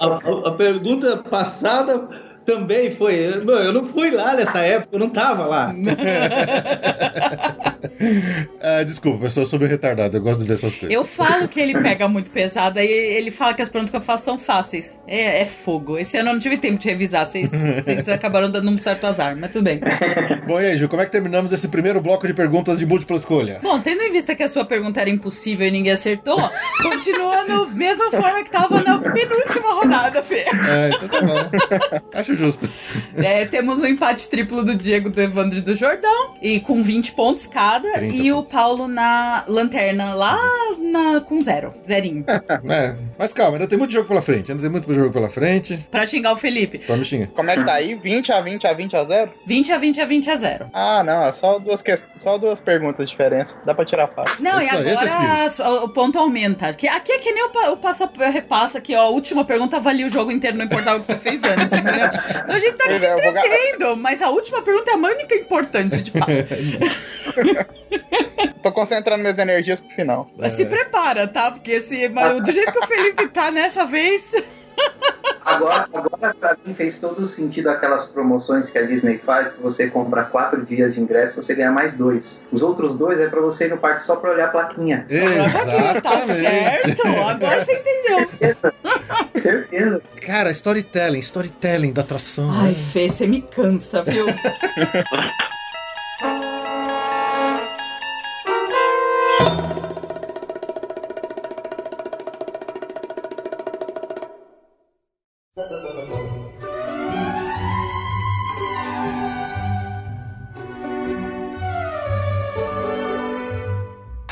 Speaker 5: A, a- a pergunta passada também foi. Bom, eu não fui lá nessa época, eu não tava lá.
Speaker 1: Ah, desculpa, pessoal, eu sou meio retardado. Eu gosto de ver essas coisas.
Speaker 2: Eu falo que ele pega muito pesado, aí ele fala que as perguntas que eu faço são fáceis. É, é fogo. Esse ano eu não tive tempo de revisar, vocês, vocês acabaram dando um certo azar, mas tudo bem.
Speaker 1: Bom, e aí, Ju, como é que terminamos esse primeiro bloco de perguntas de múltipla escolha?
Speaker 2: Bom, tendo em vista que a sua pergunta era impossível e ninguém acertou, continua na mesma forma que tava na penúltima rodada, Fê.
Speaker 1: É, então tá
Speaker 2: [laughs]
Speaker 1: bom. Acho justo.
Speaker 2: É, temos um empate triplo do Diego, do Evandro e do Jordão, e com 20 pontos cada,
Speaker 1: 30
Speaker 2: e
Speaker 1: pontos.
Speaker 2: o Paulo na lanterna lá na, com zero, zerinho.
Speaker 1: É, mas calma, ainda tem muito jogo pela frente. Ainda tem muito jogo pela frente.
Speaker 2: pra xingar o Felipe.
Speaker 1: Pra me xingar.
Speaker 6: Como é que tá aí? 20 a 20 a 20 a 0?
Speaker 2: 20 a 20 a 20 a zero.
Speaker 6: Ah, não, é só duas, quest- só duas perguntas de diferença. Dá pra tirar fácil.
Speaker 2: Não,
Speaker 1: Esse-
Speaker 2: e agora
Speaker 1: esse é espírito.
Speaker 2: as- o ponto aumenta. Aqui, aqui é que nem o, pa- o passa repassa aqui, ó. A última pergunta avalia o jogo inteiro, não importa o que você fez antes, entendeu? Então a gente tá
Speaker 6: Pois
Speaker 2: se
Speaker 6: é, eu vou ga-
Speaker 2: entretendo, mas a última pergunta é a única importante, de fato.
Speaker 6: Tô concentrando minhas energias pro final.
Speaker 2: Se prepara, tá? Porque se, mas do jeito que o Felipe tá nessa vez.
Speaker 4: Agora, agora pra mim fez todo sentido aquelas promoções que a Disney faz, que você compra quatro dias de ingresso, você ganha mais dois. Os outros dois é pra você ir no parque só pra olhar a plaquinha.
Speaker 2: Aqui, tá
Speaker 1: Exatamente.
Speaker 2: certo? Agora você entendeu.
Speaker 4: Certeza.
Speaker 1: Cara, storytelling, storytelling da atração.
Speaker 2: Ai,
Speaker 1: né?
Speaker 2: Fê, você me cansa, viu?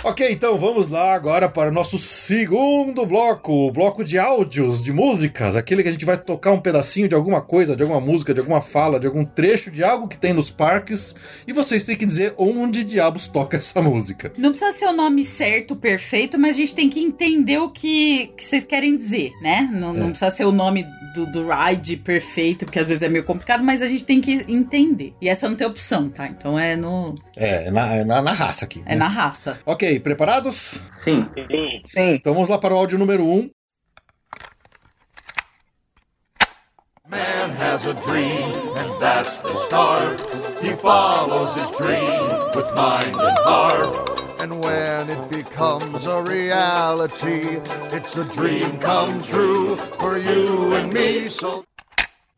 Speaker 1: Ok, então vamos lá agora para o nosso segundo bloco, o bloco de áudios, de músicas, aquele que a gente vai tocar um pedacinho de alguma coisa, de alguma música, de alguma fala, de algum trecho, de algo que tem nos parques, e vocês têm que dizer onde diabos toca essa [laughs] música.
Speaker 2: Não precisa ser o nome certo, perfeito, mas a gente tem que entender o que, que vocês querem dizer, né? Não, não precisa ser o nome do, do ride perfeito, porque às vezes é meio complicado, mas a gente tem que entender. E essa não tem opção, tá? Então é no
Speaker 1: É, é na, é na, na raça aqui.
Speaker 2: é
Speaker 1: né?
Speaker 2: na raça.
Speaker 1: Ok, preparados?
Speaker 4: Sim,
Speaker 3: Sim,
Speaker 6: Sim.
Speaker 1: Então vamos lá para o áudio número 1. Um.
Speaker 8: Man has a dream, and that's the start. He follows his dream with mind and heart. And when it becomes a reality, it's a dream come true for you and me. So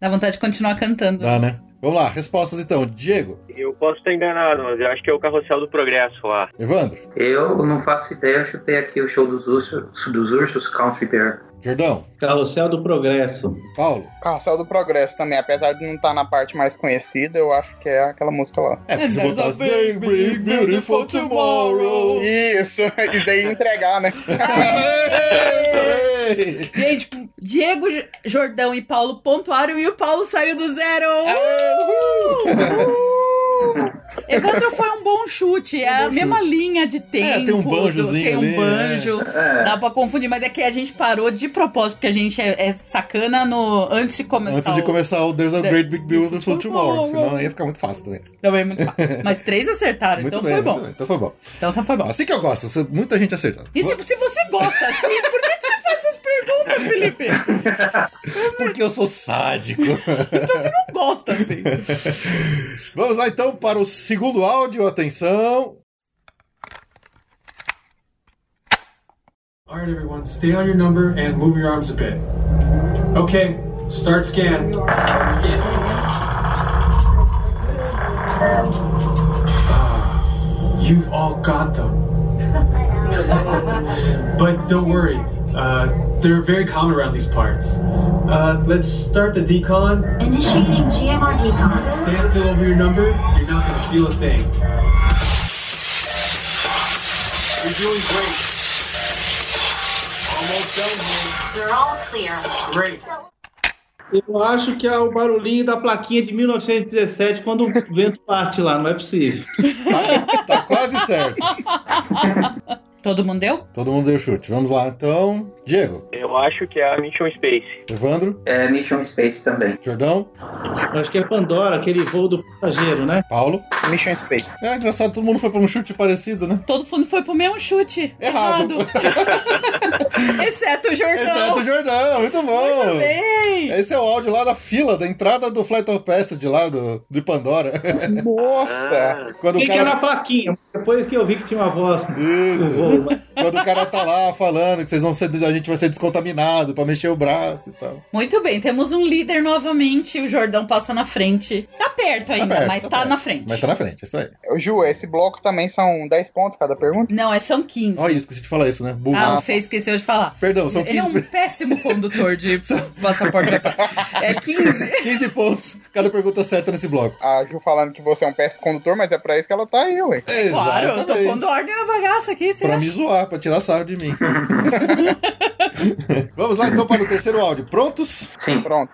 Speaker 2: Dá vontade de continuar cantando.
Speaker 1: Dá, né? Vamos lá, respostas então. Diego,
Speaker 3: eu posso estar enganado, mas eu acho que é o Carrossel do Progresso lá.
Speaker 1: Evandro,
Speaker 4: eu não faço ideia, eu chutei aqui o show dos ursos, dos ursos Country Bear.
Speaker 1: Jordão,
Speaker 5: Carrossel do Progresso.
Speaker 1: Paulo.
Speaker 6: Carrossel do Progresso também, apesar de não estar na parte mais conhecida, eu acho que é aquela música lá.
Speaker 1: É, porque se
Speaker 2: And
Speaker 1: botar
Speaker 2: there's a baby
Speaker 1: It's beautiful tomorrow.
Speaker 6: Isso, [laughs] e daí entregar, né?
Speaker 1: [laughs] Aê!
Speaker 2: Gente, Diego, J- Jordão e Paulo pontuaram e o Paulo saiu do zero. Uhul! Evandro foi um bom chute, é a mesma linha de tempo.
Speaker 1: tem um banjozinho
Speaker 2: Tem um
Speaker 1: ali, né?
Speaker 2: banjo.
Speaker 4: É.
Speaker 2: Dá pra confundir, mas é que a gente parou de propósito, porque a gente é, é sacana no, antes de começar.
Speaker 1: Antes de
Speaker 2: o-
Speaker 1: começar o There's a
Speaker 2: The-
Speaker 1: Great Big Beautiful
Speaker 2: Beautiful
Speaker 1: Tomorrow,
Speaker 2: Tomorrow.
Speaker 1: senão ia ficar muito fácil também.
Speaker 2: Também muito fácil.
Speaker 1: [laughs]
Speaker 2: Mas três acertaram,
Speaker 1: Muito
Speaker 2: então
Speaker 1: bem,
Speaker 2: foi
Speaker 1: muito
Speaker 2: bom.
Speaker 1: bem, então foi bom.
Speaker 2: Então tá, foi bom.
Speaker 1: Assim que eu gosto, você- muita gente acertando.
Speaker 2: E se, se você gosta assim, por que que você faz essas perguntas, Felipe? é
Speaker 1: Porque eu sou sádico. [laughs]
Speaker 2: Então você não gosta assim.
Speaker 1: Vamos lá então para o segundo áudio, atenção.
Speaker 9: All right, everyone, stay on your number and move your arms a bit. Okay, start scan. Ah, You've all got them. but don't worry, uh, they're very common around these parts. Uh, let's start the decon.
Speaker 10: Initiating GMR decons.
Speaker 9: Stand still over your number, you're not going to feel a thing. You're doing great. Almost done here.
Speaker 10: You're all clear.
Speaker 9: Great.
Speaker 5: Eu acho que é o barulhinho da plaquinha de 1917 quando o vento parte lá, não é possível.
Speaker 1: Tá, tá quase certo.
Speaker 2: Todo mundo deu?
Speaker 1: Todo mundo deu chute. Vamos lá então. Diego,
Speaker 3: Eu acho que é a Mission Space.
Speaker 1: Evandro,
Speaker 4: É Mission Space também.
Speaker 1: Jordão,
Speaker 5: Eu acho que é Pandora, aquele voo do passageiro, né?
Speaker 1: Paulo.
Speaker 6: Mission Space.
Speaker 1: É engraçado, todo mundo foi para um chute parecido, né?
Speaker 2: Todo mundo foi pro mesmo chute.
Speaker 1: Errado.
Speaker 2: [laughs] Exceto
Speaker 1: Exceto
Speaker 2: o
Speaker 1: o
Speaker 2: Jordão.
Speaker 1: Jordão, muito bom.
Speaker 2: Então. Muito bem.
Speaker 1: Esse é o áudio lá da fila, da entrada do Flight of Passage lá do, de Pandora. [laughs]
Speaker 6: Tá Nossa!
Speaker 3: Ah,
Speaker 1: Quando
Speaker 5: Quem
Speaker 1: o
Speaker 5: que era a
Speaker 1: cara.
Speaker 5: plaquinha? Depois que eu vi que tinha uma voz no
Speaker 1: Isso.
Speaker 5: voo. né?
Speaker 1: Quando o cara tá lá falando que vocês vão ser, a gente vai ser descontaminado pra mexer o braço e tal.
Speaker 2: Muito bem, temos um líder novamente. O Jordão passa na frente. Tá perto ainda,
Speaker 1: perto,
Speaker 2: mas
Speaker 1: tá
Speaker 2: tá,
Speaker 1: perto.
Speaker 2: na frente.
Speaker 1: Mas tá na frente, é isso aí.
Speaker 6: Ô, Ju, esse bloco também são 10 pontos cada pergunta?
Speaker 2: Não, é são 15.
Speaker 1: Olha, esqueci de falar isso, né? Burro.
Speaker 2: Ah, o Fê esqueceu de falar.
Speaker 1: Perdão, são
Speaker 2: Ele é
Speaker 1: 15, [laughs]
Speaker 2: um péssimo condutor de passaporte.
Speaker 1: [laughs]
Speaker 2: É 15.
Speaker 1: 15 pontos cada pergunta certa nesse bloco.
Speaker 6: A Ju falando que você é um péssimo condutor, mas é pra isso que ela tá aí, ué.
Speaker 2: Claro, eu tô
Speaker 1: Exatamente.
Speaker 2: pondo ordem na bagaça aqui, você
Speaker 1: Pra
Speaker 2: acha?
Speaker 1: me zoar, pra tirar sarro de mim. [laughs] Vamos lá então para o terceiro áudio. Prontos?
Speaker 4: Sim.
Speaker 6: Pronto.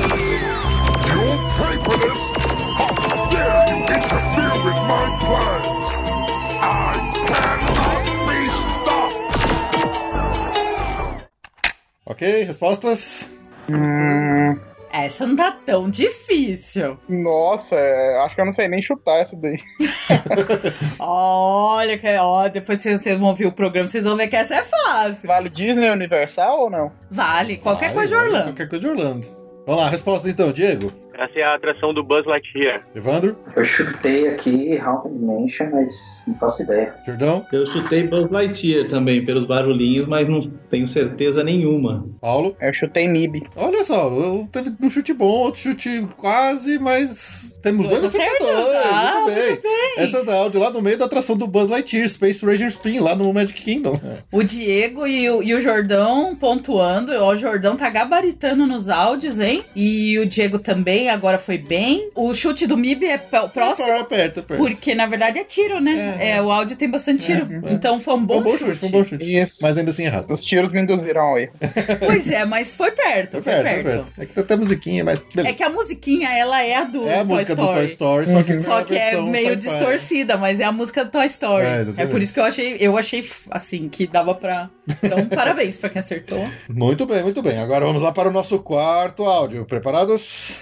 Speaker 8: you'll pay for this! How dare you interfere with my plans! I cannot be stopped!
Speaker 1: Ok, respostas?
Speaker 2: Essa não tá tão difícil.
Speaker 6: Nossa, é, acho que eu não sei nem chutar essa daí.
Speaker 2: Olha, que- ó, depois vocês vocês vão ouvir o programa, vocês vão ver que essa é fácil.
Speaker 6: Vale Disney Universal ou não?
Speaker 2: Vale, qualquer
Speaker 1: Vai,
Speaker 2: coisa de
Speaker 1: vai,
Speaker 2: Orlando.
Speaker 1: Qualquer coisa de Orlando. Vamos lá, respostas então, Diego.
Speaker 3: Essa é a atração do Buzz Lightyear.
Speaker 1: Evandro?
Speaker 4: Eu chutei aqui Haunted Mansion, mas não faço ideia.
Speaker 1: Jordão?
Speaker 5: Eu chutei Buzz Lightyear também, pelos barulhinhos, mas não tenho certeza nenhuma.
Speaker 1: Paulo?
Speaker 6: Eu chutei MIB.
Speaker 1: Olha só, eu teve um chute bom, outro chute quase, mas temos
Speaker 2: Dois
Speaker 1: dois acertadores.
Speaker 2: acertos. Ah,
Speaker 1: muito, bem.
Speaker 2: muito bem.
Speaker 1: Essa da áudio lá no meio da atração do Buzz Lightyear, Space Ranger Spin, lá no Magic Kingdom.
Speaker 2: O Diego e o, e o Jordão pontuando. Ó, O Jordão tá gabaritando nos áudios, hein? E o Diego também, agora foi bem. O chute do Mib é p- [laughs] próximo.
Speaker 1: Aperta, aperta. aperta.
Speaker 2: Porque, na verdade, é tiro, né? É, o áudio tem bastante tiro. Então foi um
Speaker 1: Foi
Speaker 2: bom,
Speaker 1: um bom chute,
Speaker 2: chute.
Speaker 1: foi um bom chute.
Speaker 6: Isso.
Speaker 1: Mas ainda assim errado.
Speaker 6: Os tiros me induziram ao erro.
Speaker 2: Pois é, mas foi perto, foi,
Speaker 1: Aperta,
Speaker 2: perto.
Speaker 1: aperta. É que tem até musiquinha, mas
Speaker 2: É
Speaker 1: beleza.
Speaker 2: que a musiquinha, ela é a do
Speaker 1: É a
Speaker 2: Toy
Speaker 1: música do
Speaker 2: Story.
Speaker 1: Toy Story, só que,
Speaker 2: Só
Speaker 1: na
Speaker 2: que é
Speaker 1: versão
Speaker 2: meio
Speaker 1: sci-fi.
Speaker 2: distorcida, mas é a música do Toy Story.
Speaker 1: É,
Speaker 2: É,
Speaker 1: exatamente.
Speaker 2: por isso que eu achei, eu achei assim, que dava pra. Então, parabéns pra quem acertou.
Speaker 1: Muito bem, muito bem. Agora vamos lá para o nosso quarto áudio. Preparados?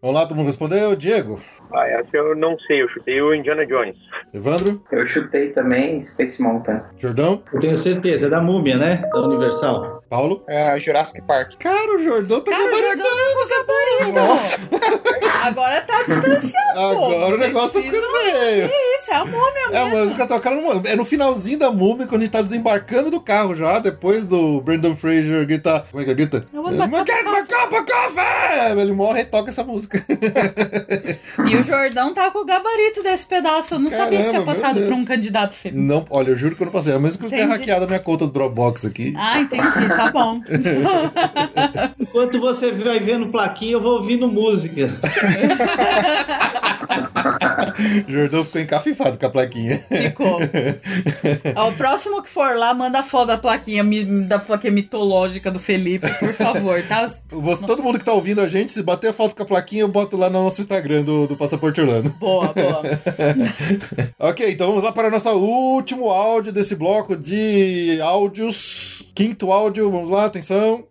Speaker 1: Vamos lá, todo mundo respondeu? Diego,
Speaker 3: Ah, essa eu não sei, eu chutei o Indiana Jones.
Speaker 1: Evandro,
Speaker 4: Eu chutei também Space Mountain.
Speaker 1: Jordão,
Speaker 5: Eu tenho certeza, é da múmia, né? Da Universal.
Speaker 1: Paulo.
Speaker 6: É, Jurassic Park.
Speaker 1: Cara, o Jordão tá
Speaker 2: Cara, o Jordão tá com gabarito! Agora tá distanciado, pô.
Speaker 1: Agora o
Speaker 2: Vocês
Speaker 1: negócio tá
Speaker 2: precisam-
Speaker 1: ficando feio.
Speaker 2: Que isso, é a múmia
Speaker 1: É,
Speaker 2: mesmo.
Speaker 1: mas música tocando. no- É no finalzinho da múmia, quando a gente tá desembarcando do carro já, depois do Brandon Fraser gritar. Como é que ele grita?
Speaker 2: Eu vou matar
Speaker 1: quero matar pra café! Ele morre e toca essa música. [laughs]
Speaker 2: E o Jordão tá com o gabarito desse pedaço. Eu não sabia que
Speaker 1: Caramba,
Speaker 2: tinha
Speaker 1: meu
Speaker 2: passado
Speaker 1: Deus.
Speaker 2: pra um candidato feminino.
Speaker 1: Não, olha, eu juro que eu não passei. A menos que eu tenha
Speaker 2: Entendi.
Speaker 1: hackeado a minha conta do Dropbox aqui. [laughs]
Speaker 2: Ah, entendi, tá bom.
Speaker 5: Enquanto você vai vendo plaquinha, eu vou ouvindo música.
Speaker 1: O Jordão ficou encafifado com a plaquinha.
Speaker 2: Ficou. Ó, o próximo que for lá, manda a foto da plaquinha, mi- da plaquinha mitológica do Felipe, por favor, tá?
Speaker 1: Você, todo mundo que tá ouvindo a gente, se bater foto com a plaquinha, eu boto lá no nosso Instagram do, do Passaporte Orlando.
Speaker 2: Boa, boa.
Speaker 1: Ok, então vamos lá para o nosso último áudio desse bloco de áudios. Quinto áudio, vamos lá, atenção.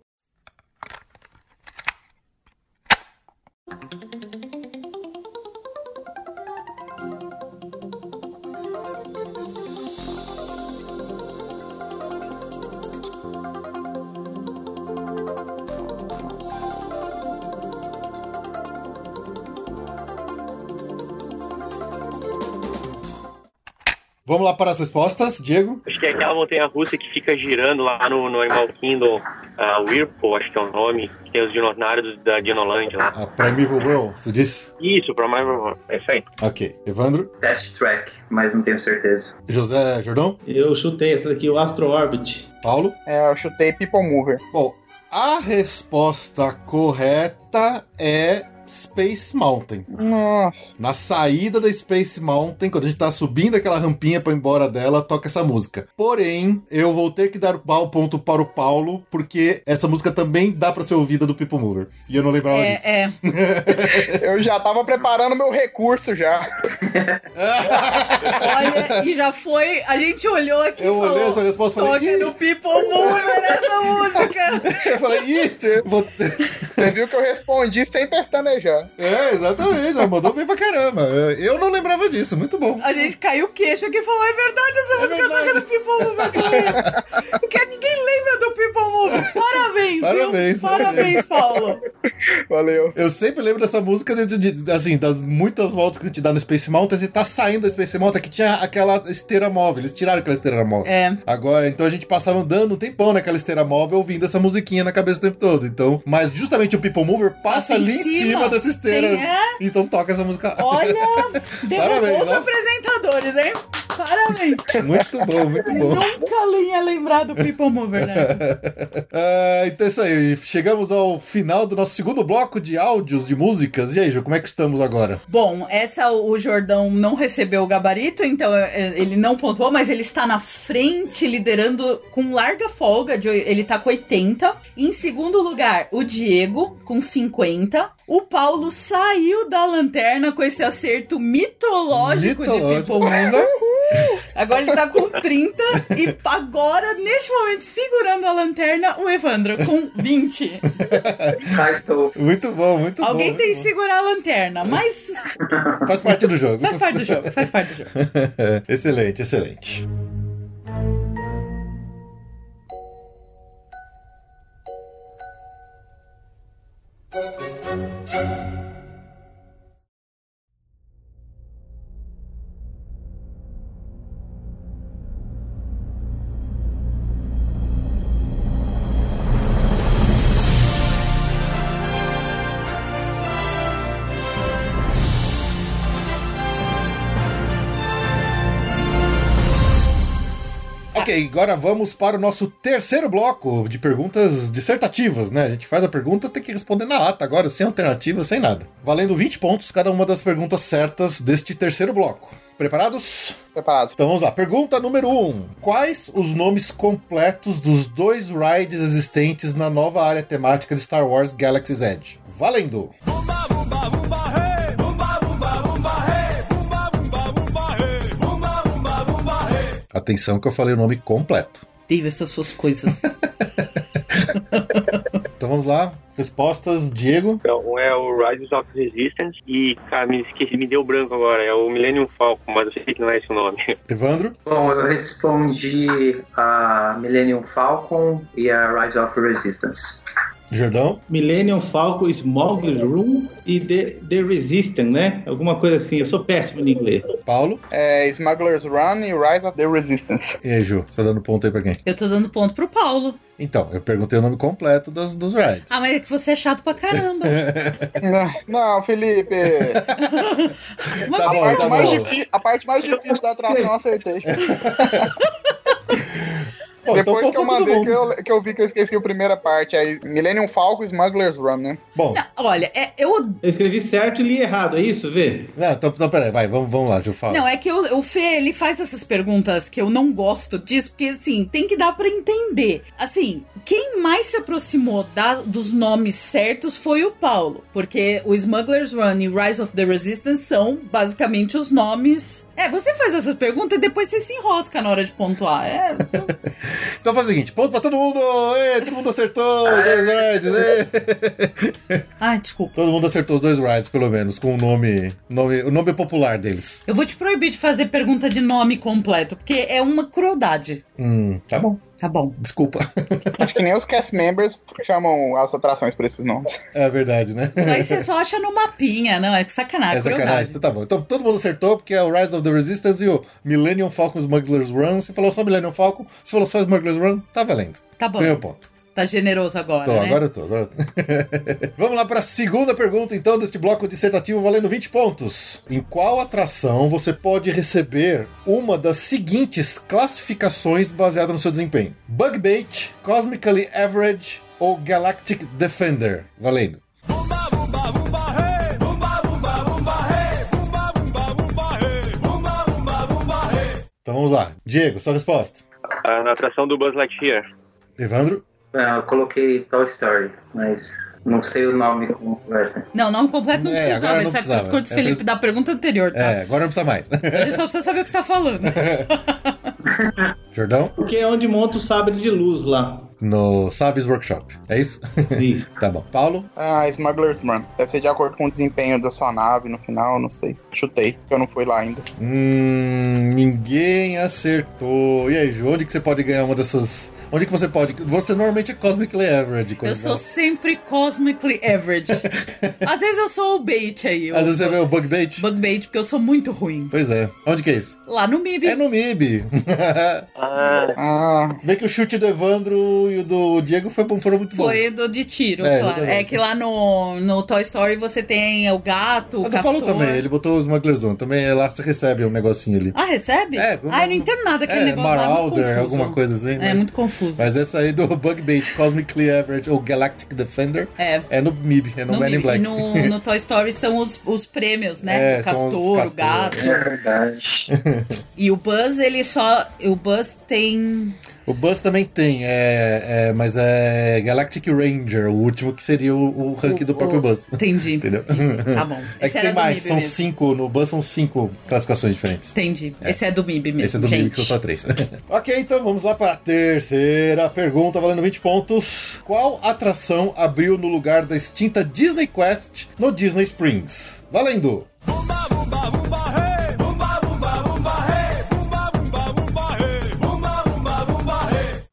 Speaker 1: Vamos lá para as respostas, Diego.
Speaker 3: Acho que é aquela montanha russa que fica girando lá no, no Animal Kingdom, a Whirlpool, acho que é o nome, que tem os dinonários da Dinoland lá.
Speaker 1: A Primeval World, você disse?
Speaker 3: Isso, pra mais é isso aí.
Speaker 1: Ok. Evandro,
Speaker 4: Test Track, mas não tenho certeza.
Speaker 1: José Jordão,
Speaker 5: Eu chutei essa daqui, o Astro Orbit.
Speaker 1: Paulo.
Speaker 6: É, eu chutei People Mover.
Speaker 1: Bom, a resposta correta é Space Mountain.
Speaker 6: Nossa.
Speaker 1: Na saída da Space Mountain, quando a gente tá subindo aquela rampinha pra ir embora dela, toca essa música. Porém, eu vou ter que dar o ponto para o Paulo, porque essa música também dá pra ser ouvida do People Mover. E eu não lembrava disso.
Speaker 2: É, é.
Speaker 6: Eu já tava preparando meu recurso já.
Speaker 2: Olha, e já foi. A gente olhou aqui
Speaker 1: Eu
Speaker 2: e falou.
Speaker 1: olhei essa resposta e
Speaker 2: Toca
Speaker 1: falei,
Speaker 2: no People Mover essa música!
Speaker 1: "Ih!" eu falei, ih, vou... [laughs]
Speaker 6: Você viu que eu respondi sem pestanejar.
Speaker 1: É, exatamente, ela mandou bem pra caramba. Eu não lembrava disso, muito bom.
Speaker 2: A gente caiu o queixo aqui e falou: é verdade, essa música
Speaker 1: verdade.
Speaker 2: toca no People Mover, galera. Porque ninguém lembra do People Mover. Parabéns,
Speaker 1: Parabéns,
Speaker 2: viu? Parabéns, Paulo.
Speaker 6: Valeu.
Speaker 1: Eu sempre lembro dessa música, de, de- de- assim, das muitas voltas que a gente dá no Space Mountain, você tá saindo da Space Mountain, que tinha aquela esteira móvel, eles tiraram aquela esteira móvel.
Speaker 2: É.
Speaker 1: Agora, então a gente passava andando um tempão naquela esteira móvel, ouvindo essa musiquinha na cabeça o tempo todo. Então, mas justamente o People Mover passa,
Speaker 2: Passa Tá em
Speaker 1: ali em cima,
Speaker 2: cima.
Speaker 1: dessa esteira.
Speaker 2: Tem- é.
Speaker 1: Então toca essa música.
Speaker 2: Olha, derrubou
Speaker 1: Parabéns,
Speaker 2: os
Speaker 1: ó.
Speaker 2: apresentadores, hein? Parabéns.
Speaker 1: [laughs] muito bom, muito bom.
Speaker 2: Nunca lhe ia lembrar do People Mover, né?
Speaker 1: [laughs] Ah, então é isso aí, chegamos ao final do nosso segundo bloco de áudios de músicas. E aí, Ju, como é que estamos agora?
Speaker 2: Bom, essa o Jordão não recebeu o gabarito, então é, ele não pontuou, mas ele está na frente, liderando com larga folga. de oi- ele tá com 80. Em segundo lugar, o Diego, com 50. O Paulo saiu da lanterna com esse acerto mitológico, de
Speaker 1: Mitológico.
Speaker 2: People Mover. Agora ele tá com 30 e agora, neste momento, segurando a lanterna, o Evandro, com 20.
Speaker 4: Cá estou.
Speaker 1: Muito bom, muito bom.
Speaker 2: Alguém
Speaker 1: muito
Speaker 2: tem que
Speaker 1: bom.
Speaker 2: segurar a lanterna, mas
Speaker 1: Faz parte do jogo. [laughs]
Speaker 2: faz parte do jogo, faz parte do jogo.
Speaker 1: excelente, excelente. Ok, agora vamos para o nosso terceiro bloco de perguntas dissertativas, né? A gente faz a pergunta, tem que responder na lata agora, sem alternativa, sem nada. Valendo 20 pontos cada uma das perguntas certas deste terceiro bloco. Preparados?
Speaker 6: Preparado.
Speaker 1: Então vamos lá. Pergunta número 1. Um. Quais os nomes completos dos dois rides existentes na nova área temática de Star Wars Galaxy's Edge? Valendo! Atenção que eu falei o nome completo.
Speaker 2: Teve essas
Speaker 1: [laughs]
Speaker 2: suas coisas.
Speaker 1: Então vamos lá. Respostas, Diego.
Speaker 3: Então, um é o Rise of Resistance e, cara, me esqueci, me deu branco agora. É o Millennium Falcon, mas eu sei que não é esse o nome. [laughs]
Speaker 1: Evandro.
Speaker 4: Bom, eu respondi a Millennium Falcon e a Rise of Resistance.
Speaker 1: Jordão.
Speaker 5: Millennium Falcon, Smuggler Room e The, The Resistance, né? Alguma coisa assim. Eu sou péssimo em inglês.
Speaker 1: Paulo.
Speaker 6: É, Smuggler's Run e Rise of the
Speaker 1: [laughs]
Speaker 6: Resistance.
Speaker 1: E aí, Ju, você tá dando ponto aí pra quem?
Speaker 2: Eu tô dando ponto pro Paulo.
Speaker 1: Então, eu perguntei o nome completo das, dos rides.
Speaker 2: Ah, mas é que você é chato
Speaker 1: [laughs]
Speaker 2: pra caramba.
Speaker 1: Tá
Speaker 6: Não, Não, Felipe.
Speaker 2: Mas
Speaker 1: Tá
Speaker 6: A
Speaker 1: bom,
Speaker 6: parte,
Speaker 1: tá
Speaker 6: mais
Speaker 1: bom.
Speaker 6: difí- a parte mais difícil da atração eu
Speaker 1: [laughs]
Speaker 6: acertei.
Speaker 1: Pô, então
Speaker 6: Depois que eu
Speaker 1: ponto todo
Speaker 6: mandei,
Speaker 1: mundo.
Speaker 6: que eu, que eu vi que eu esqueci a primeira parte. Aí, Millennium Falcon e Smuggler's Run, né?
Speaker 1: Bom,
Speaker 2: Olha, é- eu.
Speaker 5: Eu escrevi certo e li errado, é isso, Vê?
Speaker 1: não, então, não, peraí, vai, vamos, vamos lá, Ju, fala.
Speaker 2: Não, é que eu- o Fê, ele faz essas perguntas que eu não gosto disso, porque, assim, tem que dar pra entender. Assim, quem mais se aproximou da- dos nomes certos foi o Paulo, porque o Smuggler's Run e Rise of the Resistance são basicamente os nomes. É, você faz essas perguntas e depois você se enrosca na hora de pontuar.
Speaker 1: [laughs]
Speaker 2: É,
Speaker 1: Então faz o seguinte, ponto pra todo mundo! Ê, todo mundo acertou [laughs] os dois rides! ê.
Speaker 2: Ai, desculpa.
Speaker 1: Todo mundo acertou os dois rides, pelo menos, com o nome, nome, o nome popular deles.
Speaker 2: Eu vou te proibir de fazer pergunta de nome completo, porque é uma crueldade.
Speaker 1: Hum, tá bom.
Speaker 2: Tá bom.
Speaker 1: Desculpa. [laughs]
Speaker 6: Acho que nem os cast members chamam as atrações por esses nomes.
Speaker 1: É verdade, né?
Speaker 2: Isso aí você só acha no mapinha, não? É que sacanagem.
Speaker 1: É sacanagem,
Speaker 2: crueldade.
Speaker 1: então tá bom. Então todo mundo acertou, porque é o Rise of the Resistance e o Millennium Falcon Smuggler's Run. Você falou só Millennium Falcon, você falou só Smuggler's Run, tá valendo.
Speaker 2: Tá bom.
Speaker 1: Ganhou ponto.
Speaker 2: Tá generoso agora,
Speaker 1: Tô,
Speaker 2: né?
Speaker 1: agora eu tô, agora eu tô. [laughs] Vamos lá para a segunda pergunta, então, deste bloco dissertativo valendo 20 pontos. Em qual atração você pode receber uma das seguintes classificações baseada no seu desempenho? Bug Bait, Cosmically Average ou Galactic Defender? Valendo. Então vamos lá. Diego, sua resposta.
Speaker 3: Ah, na atração do Buzz Lightyear.
Speaker 1: Evandro?
Speaker 4: Ah, Eu coloquei Toy Story, mas não sei o nome completo.
Speaker 2: Não, nome completo não
Speaker 1: É, agora
Speaker 2: precisava.
Speaker 1: não
Speaker 2: Isso é
Speaker 1: precisava.
Speaker 2: frescor do
Speaker 1: É
Speaker 2: Felipe
Speaker 1: fres-
Speaker 2: da pergunta anterior, tá?
Speaker 1: É, agora não precisa mais. [laughs]
Speaker 2: Ele só precisa saber o que você tá falando.
Speaker 1: Jordão?
Speaker 5: Porque é onde monta o sabre de luz lá.
Speaker 1: No Saves Workshop. É isso? [laughs]
Speaker 5: Isso.
Speaker 1: tá bom. Paulo?
Speaker 6: Ah, Smuggler's Run. Deve ser de acordo com o desempenho da sua nave no final, não sei. Chutei, porque eu não fui lá ainda.
Speaker 1: Hum, ninguém acertou. E aí, Ju, onde que você pode ganhar uma dessas? Onde que você pode? Você normalmente é Cosmically Average. quando
Speaker 2: Eu
Speaker 1: fala.
Speaker 2: sou sempre cosmically
Speaker 1: [laughs]
Speaker 2: average. Às vezes eu sou o bait aí, o
Speaker 1: Às vezes você vê o Bug Bait.
Speaker 2: bug bait, porque eu sou muito ruim.
Speaker 1: Pois é. Onde que é isso?
Speaker 2: Lá no MIB.
Speaker 1: É no MIB.
Speaker 3: Ah,
Speaker 6: Ah,
Speaker 1: [laughs] Se bem que o chute do Evandro e o do Diego foi, foram muito
Speaker 2: Foi do de tiro,
Speaker 1: É,
Speaker 2: claro.
Speaker 1: exatamente.
Speaker 2: É que lá no, no Toy Story você tem o
Speaker 1: bons.
Speaker 2: gato, o
Speaker 1: Ah, do Paulo
Speaker 2: castor.
Speaker 1: também. Ele botou os Smugglers Zone. Também é lá você recebe um negocinho ali.
Speaker 2: Ah, recebe?
Speaker 1: É,
Speaker 2: ah, eu não entendo nada daquele
Speaker 1: é,
Speaker 2: negócio lá, muito
Speaker 1: Marauder,
Speaker 2: confuso.
Speaker 1: alguma coisa assim.
Speaker 2: É,
Speaker 1: mas-
Speaker 2: muito confuso.
Speaker 1: Mas essa aí do Bug Bait, Cosmically Average ou Galactic Defender
Speaker 2: É.
Speaker 1: é no MIB, é no, Man in
Speaker 2: MIB.
Speaker 1: Black.
Speaker 2: E no,
Speaker 1: [laughs]
Speaker 2: no Toy Story são os, os prêmios, né?
Speaker 1: É,
Speaker 2: o
Speaker 1: são os
Speaker 2: castor,
Speaker 1: castor. é.
Speaker 2: o gato.
Speaker 4: É verdade.
Speaker 2: E o Buzz, ele só. O Buzz tem.
Speaker 1: O Buzz também tem, é, é, mas é Galactic Ranger, o último que seria o, o rank
Speaker 2: O-
Speaker 1: do próprio
Speaker 2: o-
Speaker 1: Buzz. [laughs]
Speaker 2: Entendi.
Speaker 1: Entendeu?
Speaker 2: Tá bom.
Speaker 1: É
Speaker 2: Esse
Speaker 1: que
Speaker 2: era
Speaker 1: tem
Speaker 2: do
Speaker 1: mais,
Speaker 2: MIB
Speaker 1: são
Speaker 2: mesmo.
Speaker 1: cinco, no Buzz são cinco classificações diferentes.
Speaker 2: Entendi. Esse é do MIB mesmo.
Speaker 1: Esse é do
Speaker 2: gente.
Speaker 1: Mimic que só três. [laughs] ok, então vamos lá para a terceira pergunta, valendo 20 pontos. Qual atração abriu no lugar da extinta Disney Quest no Disney Springs? Valendo!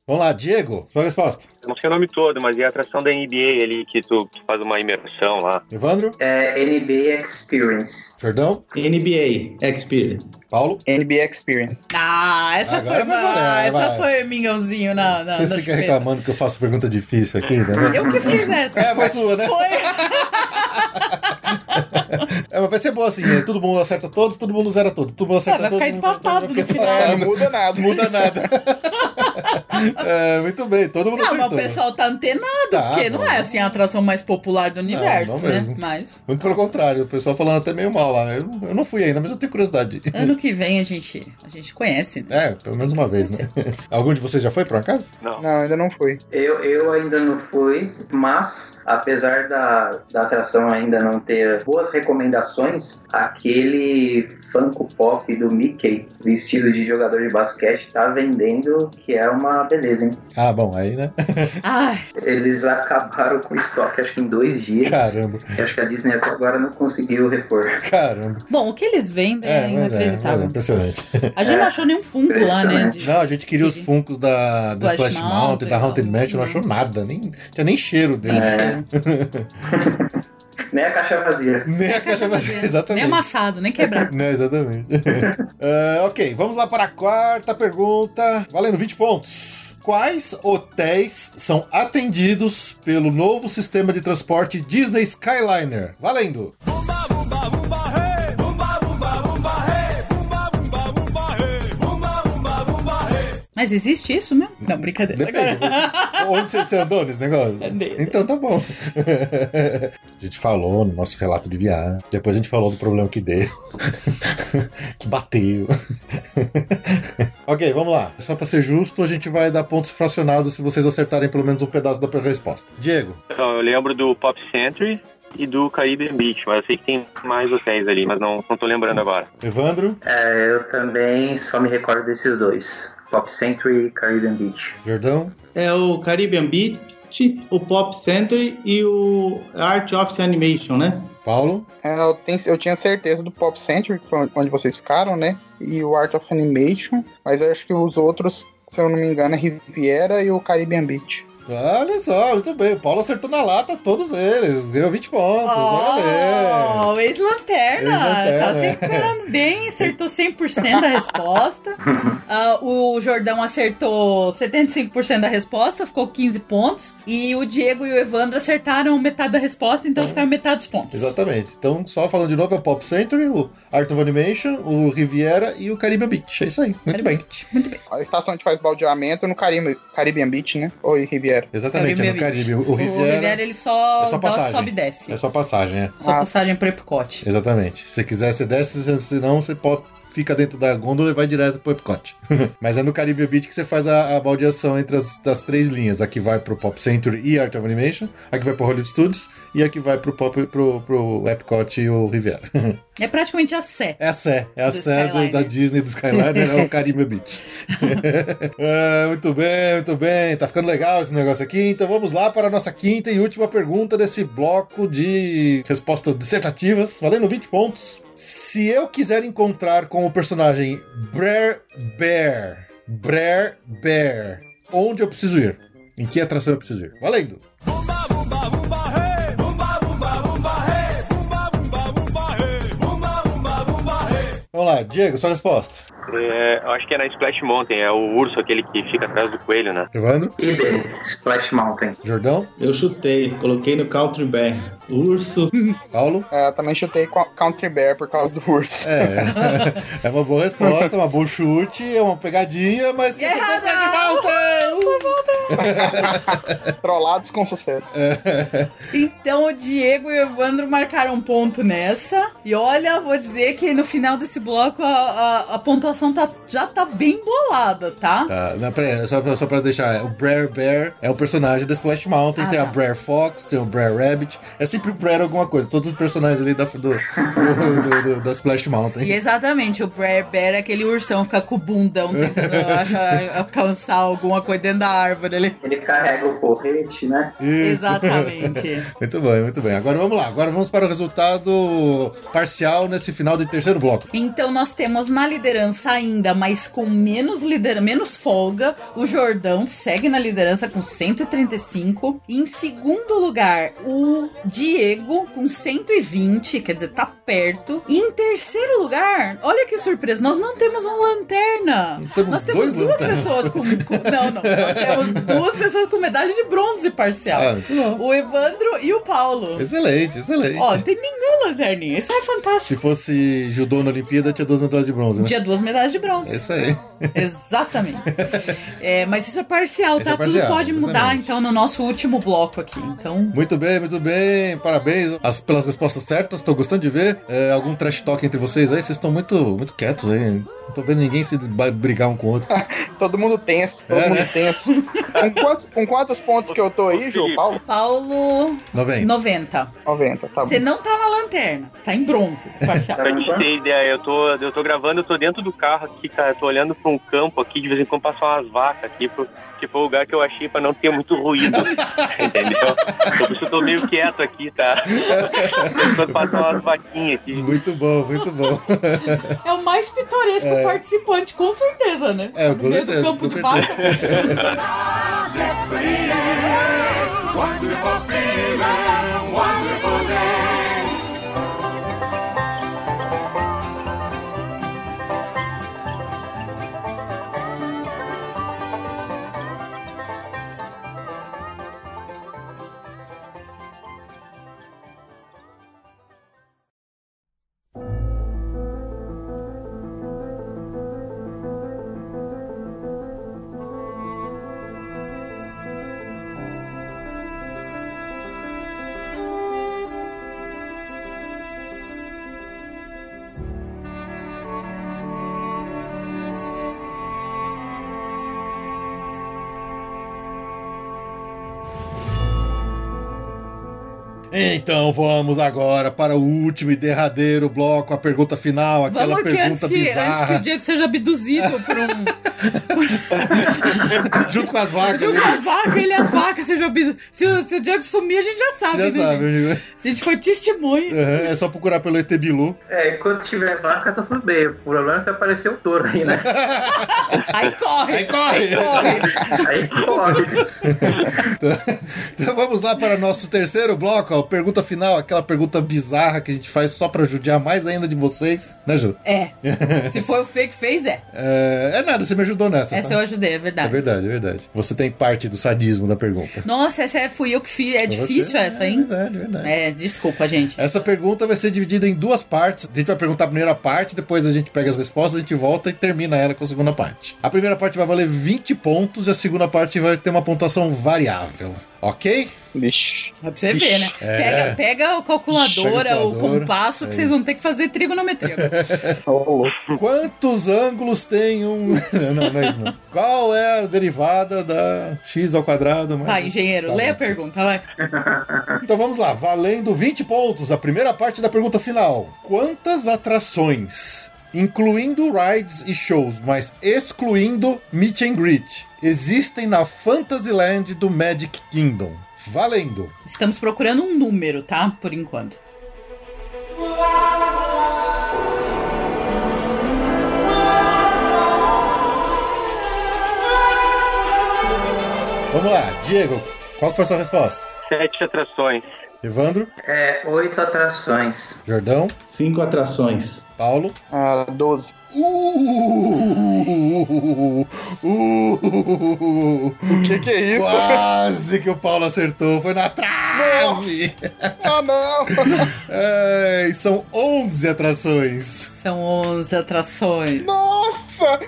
Speaker 1: Vamos lá, Diego, sua resposta.
Speaker 3: Eu Não sei o nome todo, mas é a atração da NBA ali que tu faz uma imersão lá.
Speaker 1: Evandro?
Speaker 4: É NBA Experience.
Speaker 1: Jordão?
Speaker 5: NBA Experience.
Speaker 1: Paulo?
Speaker 6: NBA Experience.
Speaker 2: Ah, essa
Speaker 1: Agora
Speaker 2: foi.
Speaker 1: vai
Speaker 2: uma-
Speaker 1: valer,
Speaker 2: essa
Speaker 1: vai.
Speaker 2: foi mingãozinho na. na
Speaker 1: Vocês
Speaker 2: na
Speaker 1: ficam
Speaker 2: chupeta.
Speaker 1: reclamando que eu faço pergunta difícil aqui, né?
Speaker 2: Eu que
Speaker 1: [laughs]
Speaker 2: fiz essa.
Speaker 1: É, foi sua, né? [laughs]
Speaker 2: Foi. Ah,
Speaker 1: É, mas vai ser boa assim, né? todo mundo acerta todos, todo mundo zera todo. Todo mundo
Speaker 2: Ah,
Speaker 1: acerta
Speaker 2: vai
Speaker 1: todo,
Speaker 2: ficar
Speaker 1: todo mundo acerta
Speaker 2: empatado
Speaker 1: todo,
Speaker 2: no
Speaker 1: fica
Speaker 2: final.
Speaker 1: empatado.
Speaker 6: Não muda nada.
Speaker 1: É, tá, muda nada. [laughs] É, muito bem, todo mundo
Speaker 2: Não, mas o
Speaker 1: acertou.
Speaker 2: pessoal tá antenado,
Speaker 1: Tá,
Speaker 2: porque não é assim a atração mais popular do universo,
Speaker 1: não
Speaker 2: né?
Speaker 1: mesmo.
Speaker 2: Mas
Speaker 1: Muito pelo contrário, o pessoal falando até meio mal lá. né? Eu, eu não fui ainda, mas eu tenho curiosidade.
Speaker 2: ano que vem a gente, a gente conhece. né?
Speaker 1: [laughs] É, pelo menos uma vez, né? [laughs] Algum de vocês já foi, por acaso?
Speaker 3: Não.
Speaker 6: Não, ainda não fui.
Speaker 4: Eu, eu ainda não fui, mas apesar da, da atração ainda não ter boas recomendações, aquele Funko Pop do Mickey, vestido de jogador de basquete, tá vendendo que é uma beleza, hein?
Speaker 1: Ah, bom, aí, né?
Speaker 2: Ai,
Speaker 4: Eles acabaram com o estoque, acho que em dois dias.
Speaker 1: Caramba,
Speaker 4: Eu Acho que a Disney até agora não conseguiu repor.
Speaker 1: caramba.
Speaker 2: bom, o que eles vendem
Speaker 1: É,
Speaker 2: é
Speaker 1: mas é, mas é
Speaker 2: inacreditável.
Speaker 1: impressionante.
Speaker 2: a gente não achou nenhum fungo lá, né? de-
Speaker 1: Não, a gente queria os
Speaker 2: de-
Speaker 1: funcos da Splash, da Splash
Speaker 2: Splash
Speaker 1: Mountain,
Speaker 2: Mountain, né?
Speaker 1: da Haunted
Speaker 2: não.
Speaker 1: Mansion, não achou nada, nem, tinha nem cheiro deles.
Speaker 2: É. Enfim,
Speaker 4: Nem a caixa vazia.
Speaker 1: Nem é a caixa vai ser,
Speaker 2: [laughs]
Speaker 1: [laughs]
Speaker 2: nem
Speaker 1: exatamente.
Speaker 2: amassado, nem quebrado.
Speaker 1: Né, exatamente. [laughs] Ah, ok, vamos lá para a quarta pergunta. Valendo 20 pontos. Quais hotéis são atendidos pelo novo sistema de transporte Disney Skyliner? Valendo!
Speaker 2: Mas existe isso mesmo? Não, brincadeira.
Speaker 1: Depende. [laughs] Onde você, você andou nesse negócio?
Speaker 2: Andei.
Speaker 1: Então tá bom. A gente falou no nosso relato de viagem. Depois a gente falou do problema que deu. [laughs] que bateu. [laughs] ok, vamos lá. Só pra ser justo, a gente vai dar pontos fracionados se vocês acertarem pelo menos um pedaço da resposta. Diego,
Speaker 3: Então, eu lembro do Pop Century e do Caribbean Beach, mas eu sei que tem mais hotéis ali, mas não, não tô lembrando agora.
Speaker 1: Evandro,
Speaker 4: É, eu também só me recordo desses dois. Pop Century e Caribbean Beach.
Speaker 1: Jordão,
Speaker 5: É o Caribbean Beach, o Pop Center e o Art of Animation, né?
Speaker 1: Paulo,
Speaker 6: É, Eu, tenho- eu tinha certeza do Pop Center, que foi onde vocês ficaram, né? E o Art of Animation, mas eu acho que os outros, se eu não me engano, é Riviera e o Caribbean Beach.
Speaker 1: Olha só, muito bem. O Paulo acertou na lata todos eles. Ganhou 20 pontos. Parabéns.
Speaker 2: Oh, ex-lanterna.
Speaker 1: Ex-lanterna.
Speaker 2: Tá se recuperando bem, acertou 100% da
Speaker 1: [laughs]
Speaker 2: resposta. Ah, o Jordão acertou 75% da resposta, ficou 15 pontos. E o Diego e o Evandro acertaram metade da resposta, então ficaram metade dos pontos.
Speaker 1: Exatamente. Então, só falando de novo, é o Pop Century, o Art of Animation, o Riviera e o Caribbean Beach. É isso aí. Muito bem.
Speaker 2: Muito bem.
Speaker 6: A estação de faz baldeamento no Caribe, Caribbean Beach, né? Ou em Riviera.
Speaker 1: Exatamente, é no Caribe. O, Riviera,
Speaker 2: O Riviera ele só,
Speaker 1: é só
Speaker 2: dá uma
Speaker 1: passagem.
Speaker 2: sobe e desce.
Speaker 1: é só passagem, é.
Speaker 2: Só
Speaker 6: Ah.
Speaker 2: passagem pro Epicote.
Speaker 1: Exatamente. Se quiser, você desce, se- se não, você pode. Fica dentro da gôndola e vai direto pro Epcot. [laughs] Mas é no Caribbean Beach que você faz a, a baldeação entre as das três linhas. A que vai pro Pop Century e Art of Animation, a que vai pro Hollywood Studios e a que vai pro, Pop, pro, pro Epcot e o Riviera.
Speaker 2: É praticamente a Sé.
Speaker 1: É a Sé. É a
Speaker 2: Do
Speaker 1: Sé do-
Speaker 2: Skyliner.
Speaker 1: da Disney do Skyliner,
Speaker 2: [laughs]
Speaker 1: é o Caribbean Beach. [laughs] É, muito bem, muito bem. Tá ficando legal esse negócio aqui. Então vamos lá para a nossa quinta e última pergunta desse bloco de respostas dissertativas, valendo 20 pontos. Se eu quiser encontrar com o personagem Brer Bear, Brer Bear, onde eu preciso ir? Em que atração eu preciso ir? Valendo! Vamos lá, Diego, sua resposta.
Speaker 3: É, eu acho que é na Splash Mountain, é o urso aquele que fica atrás do coelho, né?
Speaker 1: Evandro,
Speaker 4: Idem, Splash Mountain.
Speaker 1: Jordão,
Speaker 5: Eu chutei, coloquei no Country Bear. Urso.
Speaker 1: Paulo.
Speaker 6: É, eu também chutei co- Country Bear por causa do urso.
Speaker 1: É, é uma boa resposta, é uma boa chute, é uma pegadinha, mas que
Speaker 2: Errada!
Speaker 1: sequência de volta!
Speaker 6: É. Trollados com sucesso.
Speaker 2: Então o Diego e o Evandro marcaram um ponto nessa. E olha, vou dizer que no final desse bloco a, a- a pontuação tá, já tá bem bolada, tá?
Speaker 1: Tá, não, peraí, só, pra- só pra deixar, o Brer Bear é o personagem da Splash Mountain,
Speaker 2: Ah,
Speaker 1: tem a
Speaker 2: tá.
Speaker 1: Brer Fox, tem o Brer Rabbit, é sempre Brer alguma coisa, todos os personagens ali da, do, do- do- da Splash Mountain.
Speaker 2: E exatamente, o Brer Bear é aquele ursão fica com o
Speaker 1: [laughs]
Speaker 2: bundão tentando achar- alcançar alguma coisa dentro da árvore ali.
Speaker 4: Ele carrega o porrete, né?
Speaker 1: Isso.
Speaker 2: é, Exatamente.
Speaker 1: [laughs] muito bem, muito bem. Agora vamos lá, agora vamos para o resultado parcial nesse final de terceiro bloco.
Speaker 2: Então nós temos na liderança ainda, mas com menos lider... menos folga, o Jordão segue na liderança com 135. E em segundo lugar, o Diego com 120, quer dizer, tá perto. E em terceiro lugar, olha que surpresa, nós não temos um lanterna.
Speaker 1: Temos
Speaker 2: nós temos
Speaker 1: dois
Speaker 2: duas
Speaker 1: lanternas.
Speaker 2: pessoas com, com- não, não, nós temos duas pessoas com medalha de bronze parcial.
Speaker 1: Ah, muito
Speaker 2: o Evandro e o Paulo.
Speaker 1: Ah, Excelente, excelente.
Speaker 2: Ó, não tem nenhum lanterninha. Isso é fantástico.
Speaker 1: Se fosse judô na Olimpíada, tinha duas medalhas de bronze, né?
Speaker 2: Tinha duas medalhas de bronze.
Speaker 1: É isso aí.
Speaker 2: Exatamente. É, mas isso é parcial,
Speaker 1: Isso
Speaker 2: tá?
Speaker 1: é parcial,
Speaker 2: Tudo pode mudar,
Speaker 1: exatamente.
Speaker 2: então, no nosso último bloco aqui. Então,
Speaker 1: Muito bem, muito bem. Parabéns as- pelas respostas certas. Tô gostando de ver. É, algum trash talk entre vocês aí? Vocês estão muito, muito quietos aí. Não tô vendo ninguém se ba- brigar um com o outro.
Speaker 6: Todo mundo tenso, todo
Speaker 1: É,
Speaker 6: mundo
Speaker 1: né?
Speaker 6: tenso. Com quantos, com quantos pontos que eu tô aí, Ju, Paulo?
Speaker 2: Paulo,
Speaker 1: Não vem?
Speaker 2: 90.
Speaker 6: 90, tá bom. Tá
Speaker 2: Você não tá na lanterna, tá em bronze, parcial.
Speaker 3: Pra te ter ideia, eu tô, eu tô gravando, eu tô dentro do carro aqui, cara. Eu tô olhando pra um campo aqui, de vez em quando passam umas vacas aqui, pro- que foi o lugar que eu achei pra não ter muito ruído. entendeu? Por isso eu tô meio quieto aqui, tá? Quando passam umas vaquinhas aqui.
Speaker 1: Muito bom, muito bom.
Speaker 2: É o mais pitoresco
Speaker 1: É.
Speaker 2: participante, com certeza, né?
Speaker 1: É, com
Speaker 2: No meio
Speaker 1: certeza,
Speaker 2: do campo
Speaker 1: com
Speaker 2: de
Speaker 1: certeza.
Speaker 2: massa.
Speaker 8: Wonderful feeling, wonderful day.
Speaker 1: Então vamos agora para o último e derradeiro bloco, a pergunta final, aquela
Speaker 2: Vamos aqui antes
Speaker 1: pergunta
Speaker 2: que, antes que o
Speaker 1: bizarra.
Speaker 2: Diego seja abduzido por um.
Speaker 1: Junto com as vacas.
Speaker 2: Junto
Speaker 1: né?
Speaker 2: com [laughs] as vacas, ele e as vacas sejam abduzidos. Se, o- se o Diego sumir, a gente já sabe,
Speaker 1: Já
Speaker 2: né?
Speaker 1: sabe,
Speaker 2: gente?
Speaker 1: amigo.
Speaker 2: A gente foi testemunha.
Speaker 1: Aham, É só procurar pelo ET Bilu.
Speaker 4: É, quando tiver vaca, tá tudo bem. O problema é se aparecer o touro aí, né?
Speaker 2: Aí corre!
Speaker 1: Aí corre!
Speaker 2: corre!
Speaker 4: Aí corre.
Speaker 1: [laughs] Então vamos lá para nosso terceiro bloco, ó, pergunta final, aquela pergunta bizarra que a gente faz só para judiar mais ainda de vocês, né, Ju? [laughs]
Speaker 2: É. Se foi o Fê que fez, é.
Speaker 1: É, é nada, você me ajudou nessa.
Speaker 2: Essa
Speaker 1: tá?
Speaker 2: eu ajudei, é
Speaker 1: É
Speaker 2: verdade.
Speaker 1: verdade, é verdade. Você tem parte do sadismo da pergunta.
Speaker 2: Nossa, essa é- fui eu que fiz. É difícil
Speaker 1: Você-
Speaker 2: essa, hein?
Speaker 1: É verdade, é verdade.
Speaker 2: É, desculpa, gente.
Speaker 1: Essa pergunta vai ser dividida em duas partes. A gente vai perguntar a primeira parte, depois a gente pega as respostas, a gente volta e termina ela com a segunda parte. A primeira parte vai valer 20 pontos e a segunda parte vai ter uma pontuação variável. Ok?
Speaker 6: Vixe.
Speaker 2: É pra você ver, né? Pega, pega a calculadora,
Speaker 1: Chega a
Speaker 2: o
Speaker 1: calculadora,
Speaker 2: compasso, que
Speaker 1: é
Speaker 2: vocês vão ter que fazer
Speaker 1: [laughs]
Speaker 2: trigonometria.
Speaker 6: Ô, louco.
Speaker 1: Quantos ângulos tem um. [laughs] não, não é isso não. Qual é a derivada da x ao quadrado? mais-
Speaker 2: Vai, engenheiro,
Speaker 1: Tá
Speaker 2: lê a
Speaker 1: bom.
Speaker 2: pergunta, vai.
Speaker 1: Então vamos lá, valendo 20 pontos, a primeira parte da pergunta final. Quantas atrações, incluindo rides e shows, mas excluindo meet and greet, existem na Fantasyland do Magic Kingdom? Valendo.
Speaker 2: Estamos procurando um número, tá? Por enquanto.
Speaker 1: Vamos lá, Diego, qual que foi a sua resposta?
Speaker 3: Sete atrações.
Speaker 1: Evandro,
Speaker 4: É, oito atrações.
Speaker 1: Jordão,
Speaker 5: Cinco atrações.
Speaker 1: Paulo.
Speaker 6: Ah, 12.
Speaker 1: Uh, uh,
Speaker 6: O que que é isso?
Speaker 1: quase que o Paulo acertou, foi na trave.
Speaker 6: Ah, não!
Speaker 1: Ai, são 11 atrações.
Speaker 2: São 11 atrações.
Speaker 6: Nossa!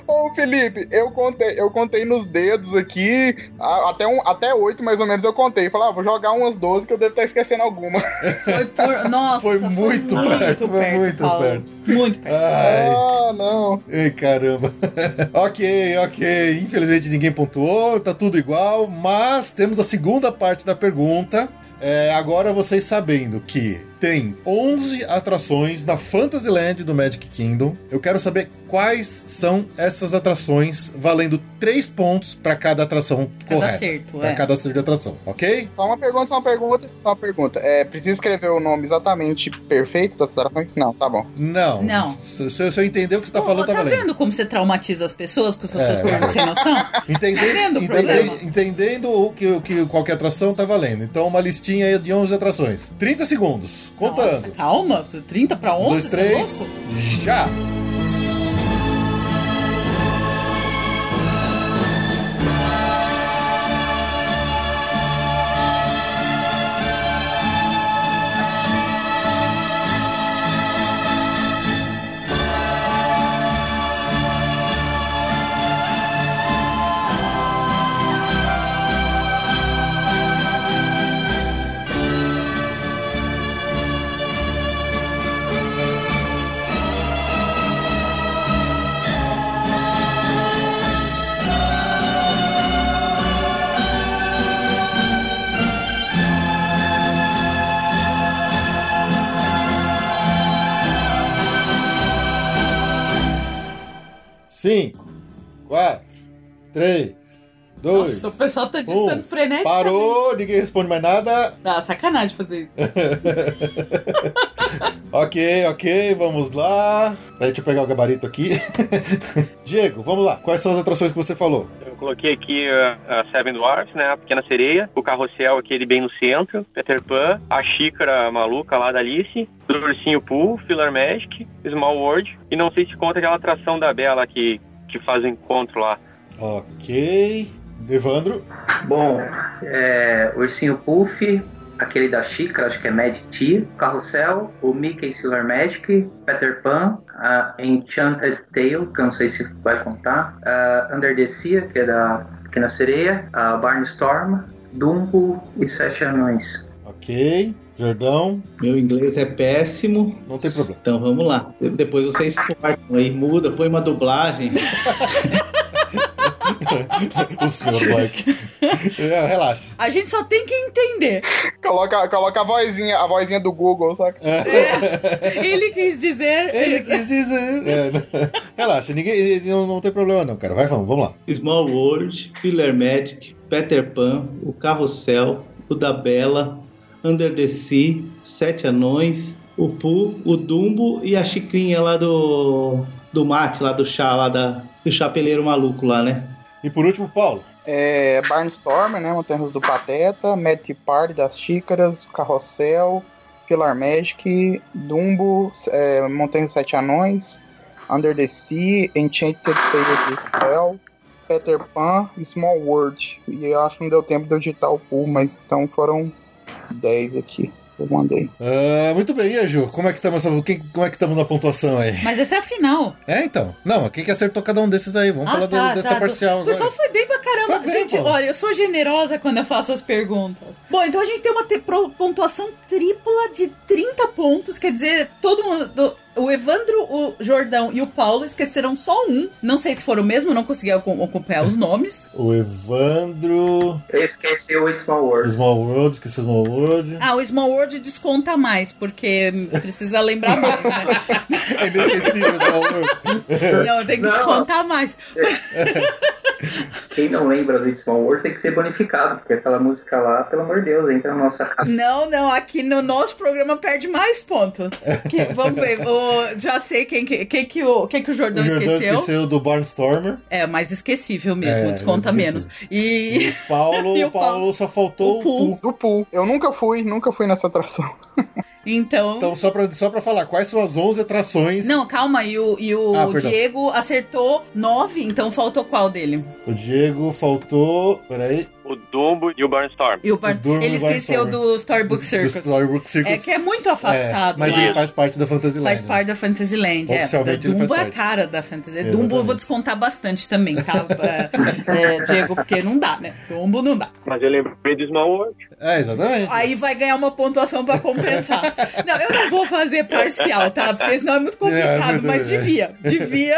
Speaker 6: Ô, Felipe, eu contei, eu contei nos dedos aqui, a- até, um, até 8 mais ou menos eu contei. Falei, ah, vou jogar umas 12 que eu devo estar esquecendo alguma.
Speaker 2: Foi
Speaker 1: [laughs]
Speaker 2: por... Nossa,
Speaker 1: Foi muito
Speaker 2: muito
Speaker 1: perto, foi
Speaker 2: perto,
Speaker 1: muito
Speaker 2: Paulo.
Speaker 1: perto.
Speaker 2: Muito perto.
Speaker 1: Ai.
Speaker 6: Ah, não.
Speaker 1: Ei, caramba. [laughs] ok, ok. Infelizmente ninguém pontuou, tá tudo igual, mas temos a segunda parte da pergunta. É, agora vocês sabendo que tem 11 atrações na Fantasyland do Magic Kingdom, eu quero saber quais são essas atrações, valendo 3 pontos para cada atração
Speaker 2: Cada
Speaker 1: correta.
Speaker 2: acerto,
Speaker 1: Pra
Speaker 2: é.
Speaker 1: cada um acerto de atração, ok?
Speaker 6: Só uma pergunta, só uma pergunta, só uma pergunta. É, precisa escrever o nome exatamente perfeito da cidade? Não, tá bom.
Speaker 1: Não.
Speaker 2: Não.
Speaker 1: Se, se eu- se eu entender o que você tá
Speaker 2: Pô,
Speaker 1: falando, tá,
Speaker 2: tá
Speaker 1: valendo.
Speaker 2: vendo como você traumatiza as pessoas com essas
Speaker 1: É,
Speaker 2: suas perguntas sem noção? Entendo
Speaker 1: Entendendo,
Speaker 2: Tá o
Speaker 1: entende-
Speaker 2: problema.
Speaker 1: entendendo o que, o que qualquer atração tá valendo. Então, uma listinha aí de 11 atrações. 30 segundos.
Speaker 2: Nossa,
Speaker 1: Contando.
Speaker 2: calma. 30 pra 11,
Speaker 1: Um, dois,
Speaker 2: você
Speaker 1: três.
Speaker 2: é louco?
Speaker 1: Já! cinco quatro três dois
Speaker 2: Nossa, o pessoal tá
Speaker 1: um.
Speaker 2: ditando frenético.
Speaker 1: Parou, ninguém responde mais nada.
Speaker 2: Dá sacanagem fazer isso.
Speaker 1: Ok, ok, vamos lá. Peraí, deixa eu pegar o gabarito aqui. [laughs] Diego, vamos lá. Quais são as atrações que você falou?
Speaker 3: Eu coloquei aqui uh, a Seven Dwarfs, né? A Pequena Sereia, o Carrossel, aquele bem no centro, Peter Pan, a Xícara Maluca lá da Alice, o Ursinho Pooh, Filler Magic, Small World, e não sei se conta aquela atração da Bela que, que faz o encontro lá.
Speaker 1: Ok. Evandro.
Speaker 4: Bom, é, Ursinho Puff, aquele da xícara, acho que é Mad Tea, Carrossel, o Mickey Silver Magic, Peter Pan, a Enchanted Tale, que eu não sei se vai contar, a Under the Sea, que é da Pequena Sereia, a Barnstorm, Dumbo e Sete Anões.
Speaker 1: Ok. Jordão.
Speaker 5: Meu inglês é péssimo,
Speaker 1: Não tem problema.
Speaker 5: então vamos lá. Depois vocês cortam aí, muda, põe uma dublagem.
Speaker 1: o senhor Black.
Speaker 2: [laughs]
Speaker 1: É, Relaxa.
Speaker 2: A gente só tem
Speaker 1: [laughs]
Speaker 2: que entender.
Speaker 6: Coloca, coloca a vozinha, a vozinha do Google, saca?
Speaker 2: É, Ele quis dizer.
Speaker 1: É, Ele quis dizer. É, né? Relaxa, ninguém, ele- não, não tem problema não, cara. Vai, vamos, vamos lá.
Speaker 5: Small World, Filler Magic, Peter Pan, o Carrossel, o da Bela, Under the Sea, Sete Anões, o Pooh, o Dumbo e a Chicrinha lá do, do mate, lá do chá, lá da, do chapeleiro maluco lá, né?
Speaker 1: E por último, Paulo.
Speaker 6: É, Barnstormer, né? Montanhas do Pateta, Mad Tea Party das Xícaras, Carrossel, Pilar Magic, Dumbo, é, Montanha dos Sete Anões, Under the Sea, Enchanted Tale of Hell, Peter Pan e Small World. E eu acho que não deu tempo de eu digitar o pool, mas então foram 10 aqui. que Eu mandei.
Speaker 1: Ah, muito bem, e aí, Ju? Como é que estamos como é que estamos na pontuação aí?
Speaker 2: Mas essa é a final.
Speaker 1: É, então. Não, quem que acertou cada um desses aí? Vamos
Speaker 2: Ah,
Speaker 1: falar do-
Speaker 2: tá,
Speaker 1: dessa
Speaker 2: tá, do-
Speaker 1: parcial
Speaker 2: O
Speaker 1: agora.
Speaker 2: pessoal foi bem pra
Speaker 1: Foi
Speaker 2: caramba.
Speaker 1: bem,
Speaker 2: gente,
Speaker 1: pô.
Speaker 2: olha, eu sou generosa quando eu faço as perguntas. Bom, então a gente tem uma te- pro- pontuação tripla de 30 pontos. Quer dizer, todo mundo. O Evandro, o Jordão e o Paulo esqueceram só um. Não sei se foram o mesmo, não consegui acom-
Speaker 1: [laughs]
Speaker 2: acompanhar os nomes.
Speaker 1: O Evandro.
Speaker 4: Eu esqueci o It's Small World.
Speaker 1: Small World, esqueci Small [laughs] World.
Speaker 2: Ah, o Small World desconta mais, porque precisa lembrar mais, né?
Speaker 1: [laughs] É inesquecível Small World.
Speaker 2: Não, tem que
Speaker 4: Não.
Speaker 2: descontar mais.
Speaker 4: Quem não lembra do It's Small World tem que ser bonificado, porque aquela música lá, pelo amor de Deus, entra na nossa casa.
Speaker 2: Não, não, aqui no nosso programa perde mais ponto. Que- vamos ver, o- já sei quem que, quem que o, quem que o
Speaker 1: O [laughs]
Speaker 2: Jordão,
Speaker 1: Jordão
Speaker 2: esqueceu.
Speaker 1: esqueceu do Barnstormer.
Speaker 2: É, mais esquecível mesmo,
Speaker 1: É,
Speaker 2: desconta
Speaker 1: mais
Speaker 2: menos.
Speaker 1: esquecível. E
Speaker 2: E.
Speaker 1: o Paulo,
Speaker 2: [laughs] E o
Speaker 1: o Paulo só faltou
Speaker 2: O
Speaker 1: o
Speaker 2: Poo.
Speaker 1: Poo.
Speaker 6: Do pool. Eu nunca fui, nunca fui nessa atração.
Speaker 2: Então.
Speaker 1: Então, só pra, só pra falar, quais são as 11 atrações?
Speaker 2: Não, calma, e o, e o
Speaker 1: Ah, perdão.
Speaker 2: Diego acertou nove, então faltou qual dele?
Speaker 1: O Diego faltou. Peraí.
Speaker 3: o Dumbo e o Barnstorm.
Speaker 2: E o Bar-
Speaker 1: O Durham
Speaker 2: ele
Speaker 1: e o Barnstormer.
Speaker 2: esqueceu do Storybook
Speaker 1: Do- do
Speaker 2: Circus.
Speaker 1: Storybook Circus.
Speaker 2: É que é muito afastado.
Speaker 1: É, mas
Speaker 2: né?
Speaker 1: ele faz parte da né? fantasia.
Speaker 2: Faz parte da Fantasyland, é.
Speaker 1: Oficialmente ele
Speaker 2: Dumbo
Speaker 1: faz
Speaker 2: é a
Speaker 1: parte.
Speaker 2: cara da Fantasyland.
Speaker 1: Exatamente.
Speaker 2: Dumbo eu vou descontar bastante também, tá? É, é, Diego, porque não dá, né? Dumbo não dá.
Speaker 3: Mas eu lembrei do Small World.
Speaker 1: É, exatamente.
Speaker 2: Aí vai ganhar uma pontuação pra compensar. Não, eu não vou fazer parcial, tá? Porque senão é muito
Speaker 1: É,
Speaker 2: complicado,
Speaker 1: muito É
Speaker 2: mas
Speaker 1: bem.
Speaker 2: devia. Devia.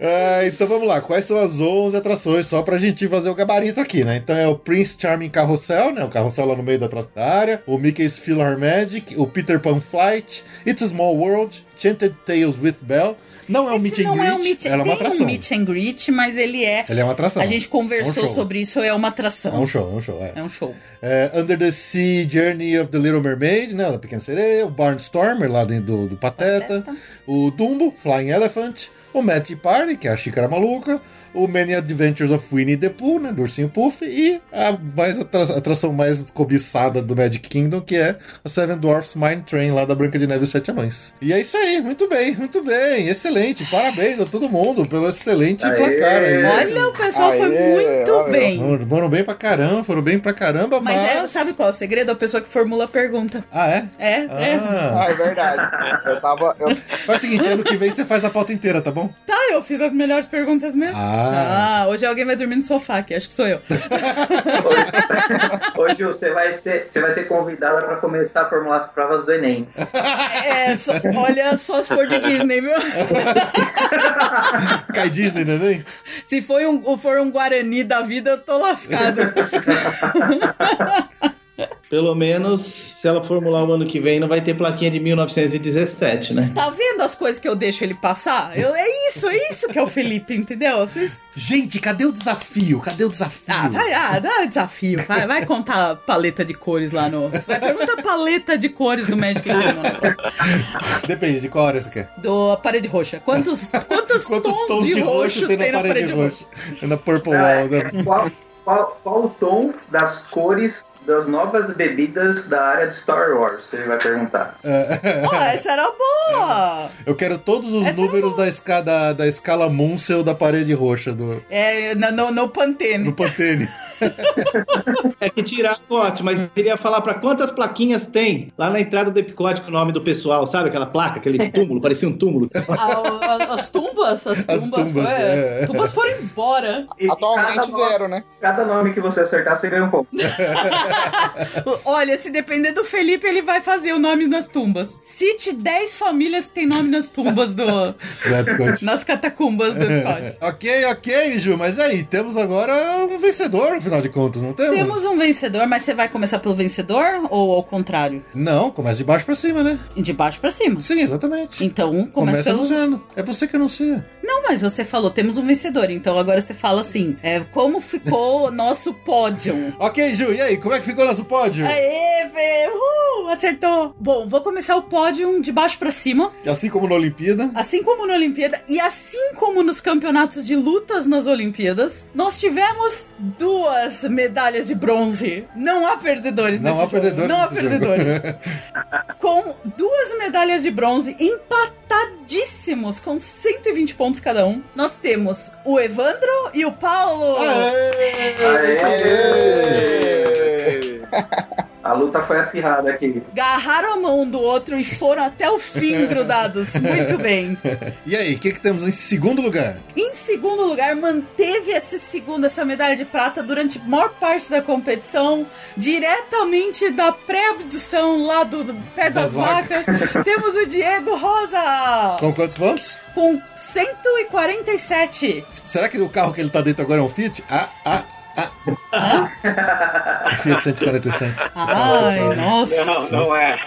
Speaker 1: Ah, então vamos lá, quais são as 11 atrações só pra gente fazer o gabarito aqui, né? Então é o Prince Charming Carrossel, né? O carrossel lá no meio da, tra- da área, o Mickey's Philharmagic, o Peter Pan Flight, It's a Small World, Chanted Tales with Belle. Não é um meet
Speaker 2: Esse
Speaker 1: and
Speaker 2: não
Speaker 1: greet,
Speaker 2: é um meet,
Speaker 1: ela é uma
Speaker 2: tem um
Speaker 1: atração.
Speaker 2: meet and greet, mas ele é.
Speaker 1: Ela é uma atração.
Speaker 2: A gente conversou
Speaker 1: É um show.
Speaker 2: sobre isso, é uma atração.
Speaker 1: É um show, é um show, é.
Speaker 2: É um show.
Speaker 1: É, Under the Sea Journey of the Little Mermaid, né? Da Pequena Sereia, o Barnstormer lá dentro do, do Pateta,
Speaker 2: Pateta.
Speaker 1: o Dumbo, Flying Elephant, o Matty Party, que é a xícara maluca, o Many Adventures of Winnie the Pooh, né? Do Ursinho Puff, e a mais atra- atração mais cobiçada do Magic Kingdom, que é a Seven Dwarfs Mine Train lá da Branca de Neve e os Sete Anões. E é isso aí, muito bem, muito bem, excelente, parabéns a todo mundo pelo excelente
Speaker 4: Aê!
Speaker 1: placar aí.
Speaker 2: Olha, o pessoal foi
Speaker 6: Aê,
Speaker 2: muito
Speaker 6: valeu.
Speaker 2: bem.
Speaker 1: Foram- Foram bem pra caramba, foram bem pra caramba, mas.
Speaker 2: Mas é, sabe qual é o segredo? A pessoa que formula a pergunta.
Speaker 1: Ah, é?
Speaker 2: É, é.
Speaker 1: Ah,
Speaker 6: Ah, [laughs] é verdade. Eu tava. eu-
Speaker 1: faz o seguinte, ano que vem você faz a pauta inteira, tá bom?
Speaker 2: Tá, eu fiz as melhores perguntas mesmo.
Speaker 1: Ah,
Speaker 2: Ah, hoje alguém vai dormir no sofá aqui, acho que sou eu.
Speaker 4: [laughs] Hoje você vai ser, você vai ser convidada para começar a formular as provas do Enem.
Speaker 2: É, só- olha só se for de Disney, viu?
Speaker 1: cai Disney, né, nem?
Speaker 2: Se for um, for um Guarani da vida, eu tô lascado.
Speaker 5: Pelo menos, se ela formular o ano que vem, não vai ter plaquinha de 1917, né?
Speaker 2: Tá vendo as coisas que eu deixo ele passar? Eu- é isso, é isso que é o Felipe, entendeu? Vocês-
Speaker 1: Gente, cadê o desafio? Cadê o desafio?
Speaker 2: Ah, vai, ah, dá desafio. Vai, vai contar a paleta de cores lá no. Vai pergunta a paleta de cores do Magic Kingdom.
Speaker 1: Depende de qual hora você quer.
Speaker 2: Do a parede roxa. Quantos, quantos,
Speaker 1: Quantos tons, de, roxo tem na parede, roxa? É na Purple Wall, né?
Speaker 4: é, Qual, qual- qual o tom das cores das novas bebidas da área de Star Wars? Você vai perguntar.
Speaker 1: É.
Speaker 2: Ó, essa era boa!
Speaker 1: Eu quero todos os
Speaker 2: Essa
Speaker 1: números da, esca- da- da escala Munsell da parede roxa do,
Speaker 2: É, no, no, no Pantene.
Speaker 1: do [laughs] Pantene.
Speaker 5: É que tirar a cote, mas eu queria falar pra quantas plaquinhas tem lá na entrada do Epicote com o nome do pessoal, sabe? Aquela placa, aquele túmulo, parecia um túmulo.
Speaker 2: A- a- as tumbas, as tumbas,
Speaker 1: As tumbas,
Speaker 2: foi-
Speaker 1: é.
Speaker 2: as tumbas foram embora.
Speaker 4: E
Speaker 6: Atualmente
Speaker 4: cada nome-
Speaker 6: zero, né?
Speaker 4: Cada nome que você acertar, você ganha um ponto.
Speaker 2: [laughs] Olha, se depender do Felipe, ele vai fazer o nome nas tumbas. Cite 10 famílias que tem nome nas tumbas
Speaker 1: [laughs]
Speaker 2: do.
Speaker 1: do Epcot.
Speaker 2: nas catacumbas do Epcot.
Speaker 1: Né, ok, ok, Ju, mas aí, temos agora um vencedor, afinal de contas, não temos?
Speaker 2: Temos um vencedor, mas você vai começar pelo vencedor ou ao contrário?
Speaker 1: Não, começa de baixo pra cima, né?
Speaker 2: De baixo pra cima.
Speaker 1: Sim, exatamente.
Speaker 2: Então, começa,
Speaker 1: Começa
Speaker 2: pelos.
Speaker 1: anunciando. É você que anuncia.
Speaker 2: Não, mas você falou, temos um vencedor. Então agora você fala assim: é, como ficou o nosso
Speaker 1: [laughs]
Speaker 2: pódio?
Speaker 1: Ok, Ju, e aí? Como é que ficou nosso pódio?
Speaker 2: Aê, Fê! Uhul, acertou! Bom, vou começar o pódio de baixo pra cima,
Speaker 1: Assim como na Olimpíada.
Speaker 2: assim como na Olimpíada e assim como nos campeonatos de lutas nas Olimpíadas, nós tivemos duas medalhas de bronze. Não há perdedores
Speaker 1: Não
Speaker 2: nesse
Speaker 1: há
Speaker 2: jogo.
Speaker 1: perdedores
Speaker 2: Não há
Speaker 1: nesse jogo.
Speaker 2: perdedores.
Speaker 1: [laughs]
Speaker 2: com duas medalhas de bronze empatadíssimos com 120 pontos cada um. Nós temos o Evandro e o Paulo.
Speaker 4: A luta foi acirrada aqui.
Speaker 2: Agarraram a mão um do outro e foram até o
Speaker 1: [laughs]
Speaker 2: fim grudados. Muito bem.
Speaker 1: E aí, o que, que temos em segundo lugar?
Speaker 2: Em segundo lugar, manteve esse segundo, essa medalha de prata durante a maior parte da competição, diretamente da pré-abdução lá do pé das,
Speaker 1: Das
Speaker 2: vacas. Temos o Diego Rosa
Speaker 1: Com quantos pontos?
Speaker 2: com 147.
Speaker 1: Será que o carro que ele tá dentro agora é um Fiat? Ah, ah, ah. Um [laughs] Fiat 147.
Speaker 2: Ai, nossa.
Speaker 3: Não, não é.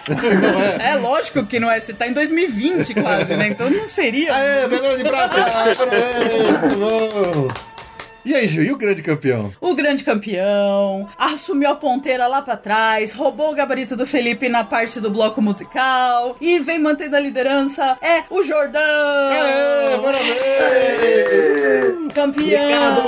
Speaker 2: É lógico que não é, você tá em 2020 quase, né? Então não seria.
Speaker 1: Aê, medalha de prata!
Speaker 2: [laughs]
Speaker 1: Aê, muito bom! E aí, Ju, e o grande campeão?
Speaker 2: O grande campeão, assumiu a ponteira lá pra trás, roubou o gabarito do Felipe na parte do bloco musical e vem mantendo a liderança. É o Jordão!
Speaker 1: Aê, parabéns!
Speaker 2: Campeão!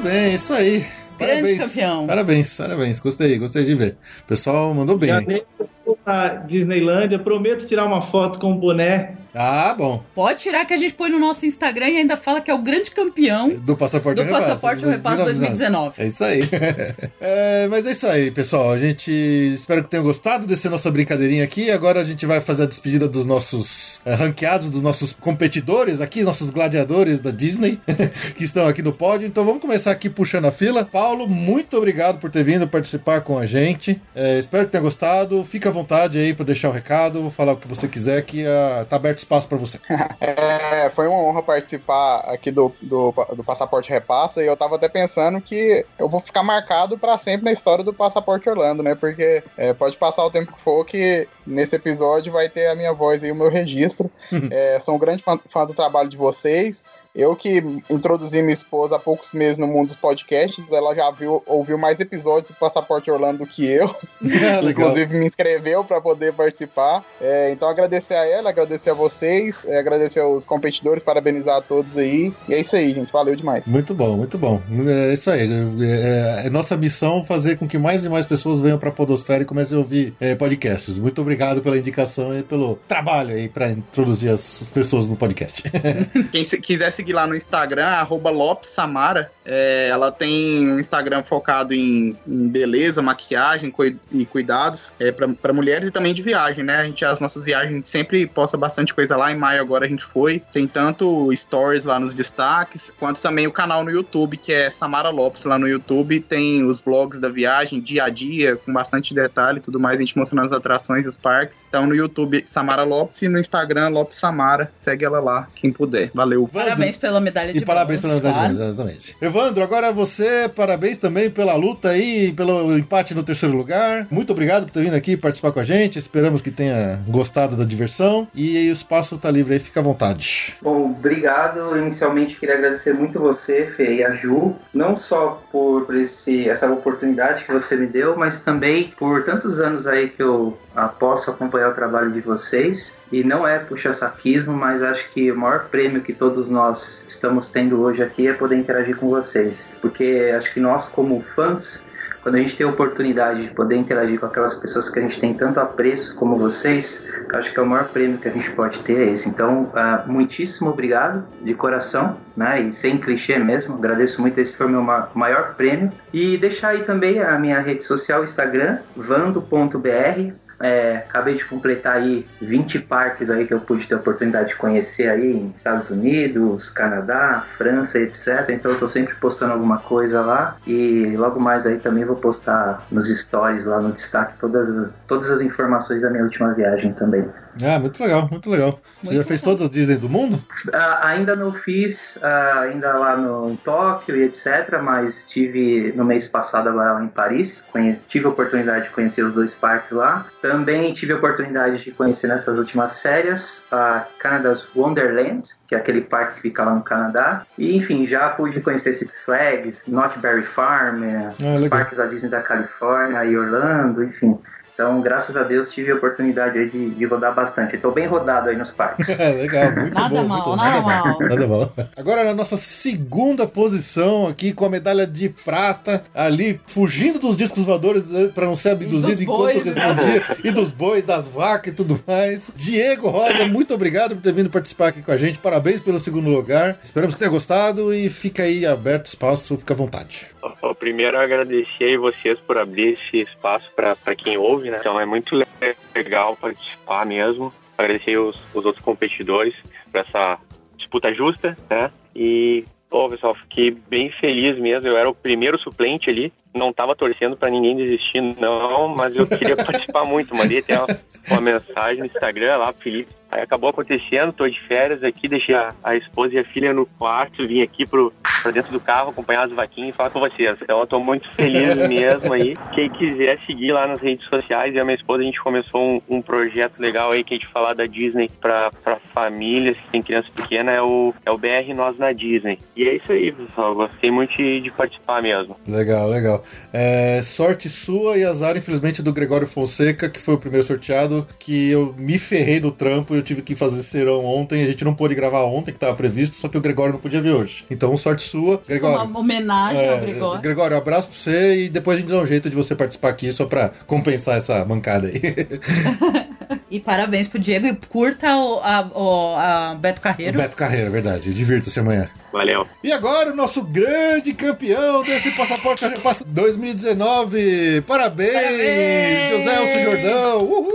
Speaker 1: bem, isso aí.
Speaker 2: Grande
Speaker 1: parabéns,
Speaker 2: campeão.
Speaker 1: Parabéns, parabéns. Gostei, gostei de ver. O pessoal mandou bem.
Speaker 5: Janeiro eu vou pra Disneylândia, prometo tirar uma foto com o boné.
Speaker 1: Ah, bom.
Speaker 2: Pode tirar que a gente põe no nosso Instagram e ainda fala que é o grande campeão.
Speaker 1: Do passaporte
Speaker 2: Do
Speaker 1: ao repasse.
Speaker 2: Passaporte ao Repasse 2019.
Speaker 1: É isso aí. [laughs] É, mas é isso aí, pessoal. A gente espero que tenham gostado dessa nossa brincadeirinha aqui. Agora a gente vai fazer a despedida dos nossos eh, ranqueados, dos nossos competidores aqui, nossos gladiadores da Disney, [laughs] que estão aqui no pódio. Então vamos começar aqui puxando a fila. Paulo, muito obrigado por ter vindo participar com a gente. É, espero que tenha gostado. Fica à vontade aí para deixar o recado, falar o que você quiser, que ah, tá aberto espaço para você. [laughs]
Speaker 6: É, foi uma honra participar aqui do, do, do Passaporte Repassa e eu tava até pensando que eu vou ficar marcado pra sempre na história do Passaporte Orlando, né? Porque é, pode passar o tempo que for que nesse episódio vai ter a minha voz e o meu registro. É, sou um grande fã, fã do trabalho de vocês. Eu que introduzi minha esposa há poucos meses no mundo dos podcasts, ela já viu, ouviu mais episódios do Passaporte Orlando do que eu.
Speaker 1: Ah, Legal.
Speaker 6: Inclusive me inscreveu para poder participar. É, então agradecer a ela, agradecer a vocês, é, agradecer aos competidores, parabenizar a todos aí. E é isso aí, gente. Valeu demais.
Speaker 1: Muito bom, muito bom. É isso aí. É, é- é nossa missão fazer com que mais e mais pessoas venham para Podosfera e comecem a ouvir é, podcasts. Muito obrigado pela indicação e pelo trabalho aí para introduzir as, as pessoas no podcast.
Speaker 6: [laughs] Quem se- quiser seguir lá no Instagram, arroba Lopes Samara, é, ela tem um Instagram focado em, em beleza, maquiagem cui- e cuidados é, para mulheres e também de viagem, né? A gente, as nossas viagens, a gente sempre posta bastante coisa lá. Em maio agora a gente foi. Tem tanto stories lá nos destaques, quanto também o canal no YouTube, que é Samara Lopes lá no YouTube. Tem os vlogs da viagem, dia a dia, com bastante detalhe e tudo mais. A gente mostrando as atrações, os parques. Então no YouTube, Samara Lopes e no Instagram, Lopes Samara. Segue ela lá, quem puder. Valeu.
Speaker 2: Parabéns pela medalha de
Speaker 1: É, [laughs] E parabéns pela
Speaker 2: bronze,
Speaker 1: unidade
Speaker 2: claro.
Speaker 1: mesmo, exatamente. Evandro, agora você, parabéns também pela luta aí, pelo empate no terceiro lugar. Muito obrigado por ter vindo aqui participar com a gente. Esperamos que tenha gostado da diversão. E aí o espaço tá livre aí, fica à vontade.
Speaker 4: Bom, obrigado. Inicialmente queria agradecer muito você, Fê, e a Ju, não só por, por esse, essa oportunidade que você me deu, mas também por tantos anos aí que eu ah, posso acompanhar o trabalho de vocês. E não é puxar saquismo, mas acho que o maior prêmio que todos nós estamos tendo hoje aqui é poder interagir com vocês. Porque acho que nós, como fãs, quando a gente tem a oportunidade de poder interagir com aquelas pessoas que a gente tem tanto apreço como vocês, eu acho que é o maior prêmio que a gente pode ter é esse. Então, ah, muitíssimo obrigado de coração, né? E sem clichê mesmo, agradeço muito. Esse foi o meu ma- maior prêmio. E deixar aí também a minha rede social, Instagram, vando.br. É, acabei de completar aí 20 parques aí que eu pude ter a oportunidade de conhecer aí em Estados Unidos, Canadá, França, etc. Então eu tô sempre postando alguma coisa lá e logo mais aí também vou postar nos stories lá no destaque todas, todas as informações da minha última viagem também.
Speaker 1: Ah, muito legal, muito legal. você já fez todas as Disney do mundo?
Speaker 4: Ah, ainda não fiz, ah, ainda lá no em Tóquio e etc. Mas estive no mês passado agora lá em Paris. conhe- tive a oportunidade de conhecer os dois parques lá. Também tive a oportunidade de conhecer nessas últimas férias a Canada's Wonderland, que é aquele parque que fica lá no Canadá. E enfim, já pude conhecer Six Flags, Not Berry Farm, eh,
Speaker 1: Ah,
Speaker 4: os
Speaker 1: legal.
Speaker 4: parques da Disney da Califórnia e Orlando, enfim. Então, graças a Deus, tive a oportunidade aí de, de rodar bastante. Estou bem rodado aí nos parques.
Speaker 1: É, legal, muito
Speaker 2: Nada
Speaker 1: bom.
Speaker 2: mal,
Speaker 1: muito bom,
Speaker 2: nada mal.
Speaker 1: Nada mal. Agora na nossa segunda posição aqui com a medalha de prata, ali fugindo dos discos voadores eh, pra não ser
Speaker 2: E dos
Speaker 1: abduzido enquanto
Speaker 2: bois, né?
Speaker 1: respondia, e dos bois, das vacas e tudo mais. Diego Rosa, muito obrigado por ter vindo participar aqui com a gente. Parabéns pelo segundo lugar. Esperamos que tenha gostado e fica aí aberto espaço, fica à vontade.
Speaker 3: Ó, Primeiro, eu agradecer aí vocês por abrir esse espaço para quem ouve, né? Então, é muito le- legal participar mesmo. Agradecer os, os outros competidores por essa disputa justa, né? E, ô, pessoal, fiquei bem feliz mesmo. Eu era o primeiro suplente ali. Não tava torcendo para ninguém desistir, não, mas eu queria [laughs] participar muito. Mandei até uma, uma mensagem no Instagram lá pro Felipe. Aí acabou acontecendo, tô de férias aqui, deixei a, a esposa e a filha no quarto, vim aqui pro, pra dentro do carro acompanhar as vaquinhas e falar com vocês. Então eu tô muito feliz mesmo aí. Quem quiser seguir lá nas redes sociais, eu e a minha esposa, a gente começou um, um projeto legal aí que a gente falar da Disney pra, pra famílias que tem criança pequena, é o, é o BR Nós na Disney. E é isso aí, pessoal. Gostei muito de, de participar mesmo.
Speaker 1: Legal, legal. É, sorte sua e azar, infelizmente, do Gregório Fonseca, que foi o primeiro sorteado, que eu me ferrei do trampo e eu tive que fazer serão ontem, a gente não pôde gravar ontem, que estava previsto, só que o Gregório não podia vir hoje. Então, sorte sua. Gregório.
Speaker 2: Uma homenagem ao Gregório.
Speaker 1: Gregório, um abraço pra você e depois a gente dá um jeito de você participar aqui só pra compensar essa mancada aí. [laughs] é.
Speaker 2: E parabéns pro Diego e curta o, a, o a Beto Carreiro.
Speaker 1: Beto Carreira, verdade. Divirta-se amanhã.
Speaker 3: Valeu.
Speaker 1: E agora o nosso grande campeão desse Passaporte Repassa 2019. Parabéns,
Speaker 2: Parabéns!
Speaker 1: José Elcio Jordão. Uhul!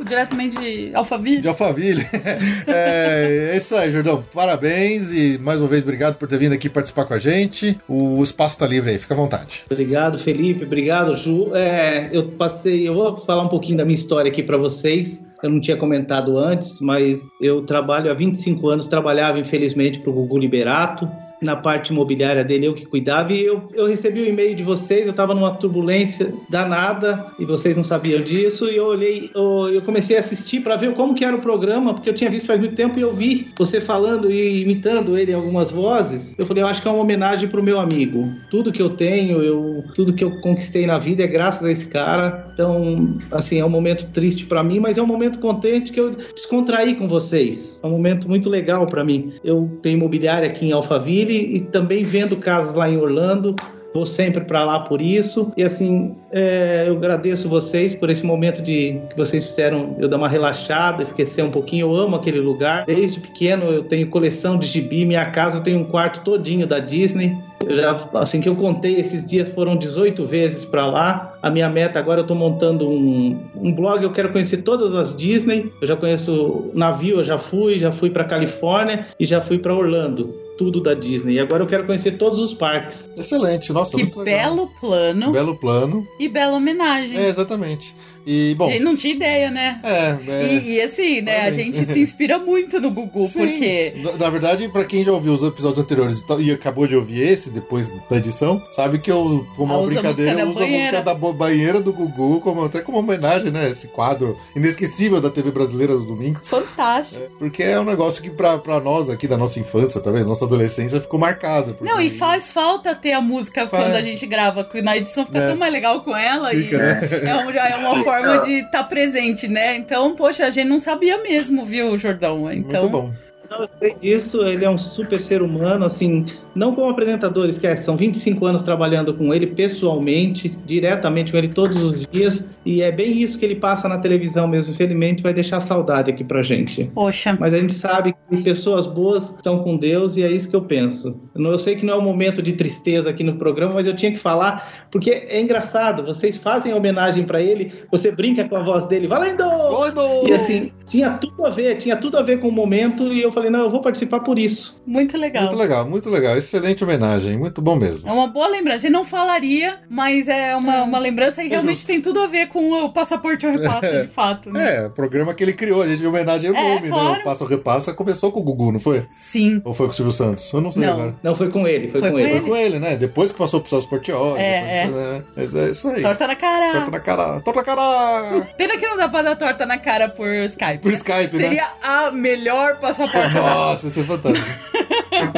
Speaker 2: Uh, diretamente de Alphaville.
Speaker 1: De Alphaville. [laughs] é, é isso aí, Jordão. Parabéns e mais uma vez obrigado por ter vindo aqui participar com a gente. O espaço tá livre aí, fica à vontade.
Speaker 5: Obrigado, Felipe. Obrigado, Ju. É, eu passei. Eu vou falar um pouquinho da minha história aqui para vocês. Eu não tinha comentado antes, mas eu trabalho há 25 anos. Trabalhava, infelizmente, para o Gugu Liberato. Na parte imobiliária dele, eu que cuidava. E eu, eu recebi o e-mail de vocês. Eu estava numa turbulência danada e vocês não sabiam disso. E eu olhei, eu, eu comecei a assistir para ver como que era o programa, porque eu tinha visto faz muito tempo e eu vi você falando e imitando ele em algumas vozes. Eu falei, eu acho que é uma homenagem pro meu amigo. Tudo que eu tenho, eu, tudo que eu conquistei na vida é graças a esse cara. Então, assim, é um momento triste para mim, mas é um momento contente que eu descontraí com vocês. É um momento muito legal para mim. Eu tenho imobiliária aqui em Alphaville e também vendo casas lá em Orlando. Vou sempre para lá por isso. E assim, é, eu agradeço vocês por esse momento de que vocês fizeram eu dar uma relaxada, esquecer um pouquinho. Eu amo aquele lugar. Desde pequeno eu tenho coleção de gibi, minha casa eu tenho um quarto todinho da Disney. Eu já, assim que eu contei, esses dias foram 18 vezes para lá. A minha meta agora eu tô montando um, um blog, eu quero conhecer todas as Disney. Eu já conheço navio, eu já fui, já fui para Califórnia e já fui para Orlando. Tudo da Disney. E agora eu quero conhecer todos os parques.
Speaker 1: Excelente, nossa,
Speaker 2: Que
Speaker 1: muito legal.
Speaker 2: belo plano
Speaker 1: Belo plano.
Speaker 2: e bela homenagem.
Speaker 1: É, exatamente. E, bom.
Speaker 2: Ele não tinha ideia, né?
Speaker 1: É, é...
Speaker 2: E, e assim, né? A
Speaker 1: Parabéns.
Speaker 2: gente se inspira muito no Gugu,
Speaker 1: Sim.
Speaker 2: porque.
Speaker 1: Na, na verdade, pra quem já ouviu os episódios anteriores e tal- e acabou de ouvir esse depois da edição, sabe que eu, como
Speaker 2: Ah,
Speaker 1: uma
Speaker 2: usa a
Speaker 1: brincadeira, eu
Speaker 2: música da
Speaker 1: uso a música
Speaker 2: banheira.
Speaker 1: da bo- banheira do Gugu, como, até como homenagem, né? Esse quadro inesquecível da TV brasileira do domingo.
Speaker 2: Fantástico.
Speaker 1: Porque é um negócio que pra, pra nós aqui da nossa infância, talvez, nossa adolescência, ficou marcado. porque-
Speaker 2: Não, e faz falta ter a música
Speaker 1: Faz.
Speaker 2: quando a gente grava, que na edição fica
Speaker 1: É.
Speaker 2: tão mais legal com ela
Speaker 1: Fica,
Speaker 2: e
Speaker 1: né?
Speaker 2: [laughs] é um- já é uma forma de estar presente, né? Então, poxa, a gente não sabia mesmo, viu, Jordão? Então,
Speaker 1: Muito bom.
Speaker 5: Não, eu sei disso, ele é um super ser humano, assim, não como apresentador, esquece, são 25 anos trabalhando com ele pessoalmente, diretamente com ele todos os dias, e é bem isso que ele passa na televisão mesmo, infelizmente vai deixar saudade aqui pra gente.
Speaker 2: poxa.
Speaker 5: Mas a gente sabe que pessoas boas estão com Deus e é isso que eu penso. Não- Eu sei que não é um momento de tristeza aqui no programa, mas eu tinha que falar, porque é engraçado, vocês fazem homenagem pra ele, você brinca com a voz dele, valendo!
Speaker 1: Gordo!
Speaker 5: E assim, tinha tudo a ver, tinha tudo a ver com o momento, e eu falei, não, eu vou participar por isso.
Speaker 2: Muito legal.
Speaker 1: Muito legal, muito legal. Excelente homenagem, muito bom mesmo.
Speaker 2: É uma boa lembrança. A gente não falaria, mas é uma, uma lembrança e realmente tem tudo a ver com o passaporte ou repassa, de fato. Né?
Speaker 1: É, o programa que ele criou, a gente em homenagem ao
Speaker 2: É,
Speaker 1: nome, né?
Speaker 2: claro.
Speaker 1: O Passa ou Repassa começou com o Gugu, não foi?
Speaker 2: Sim.
Speaker 1: Ou foi com o Silvio Santos? Eu não sei
Speaker 2: Não.
Speaker 1: agora.
Speaker 5: Não, foi com ele, foi,
Speaker 2: Foi
Speaker 5: com
Speaker 2: com
Speaker 5: ele.
Speaker 1: Foi com ele, né? Depois que passou pro Celso Portioli.
Speaker 2: É,
Speaker 1: depois- né? Mas é isso aí. Torta,
Speaker 2: Torta na cara.
Speaker 1: na cara. Torta na cara! [laughs]
Speaker 2: Pena que não dá pra dar torta na cara por Skype.
Speaker 1: Por Skype, né?
Speaker 2: Seria a melhor passaporte.
Speaker 1: Nossa, isso é fantástico.
Speaker 2: [laughs]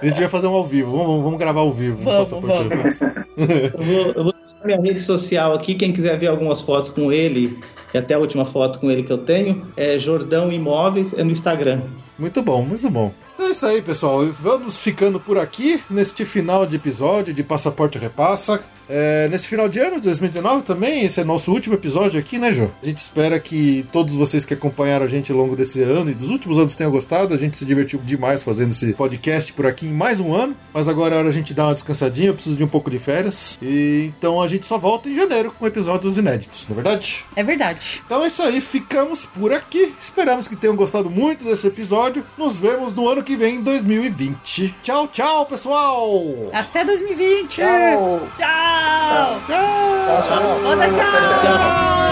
Speaker 1: A gente vai fazer um ao vivo. Vamos, vamos- vamos gravar ao vivo.
Speaker 2: Vamos,
Speaker 1: Passa por
Speaker 2: vamos.
Speaker 1: Nossa.
Speaker 5: Eu vou, eu vou deixar minha rede social aqui, quem quiser ver algumas fotos com ele, e até a última foto com ele que eu tenho, é Jordão Imóveis, é no Instagram.
Speaker 1: Muito bom, muito bom. É isso aí, pessoal. E Vamos ficando por aqui neste final de episódio de Passaporte Repassa. É, nesse final de ano de 2019 também, esse é nosso último episódio aqui, né, Jô? A gente espera que todos vocês que acompanharam a gente ao longo desse ano e dos últimos anos tenham gostado. A gente se divertiu demais fazendo esse podcast por aqui em mais um ano. Mas agora é hora de a gente dar uma descansadinha, eu preciso de um pouco de férias. E então a gente só volta em janeiro com episódios inéditos, não é verdade?
Speaker 2: É verdade.
Speaker 1: Então é isso aí, ficamos por aqui. Esperamos que tenham gostado muito desse episódio. Nos vemos no ano que vem, em 2020. Tchau, tchau, pessoal!
Speaker 2: Até 2020.
Speaker 6: Tchau.
Speaker 2: Tchau.
Speaker 1: Tchau!
Speaker 6: Tchau, tchau.
Speaker 2: Manda tchau.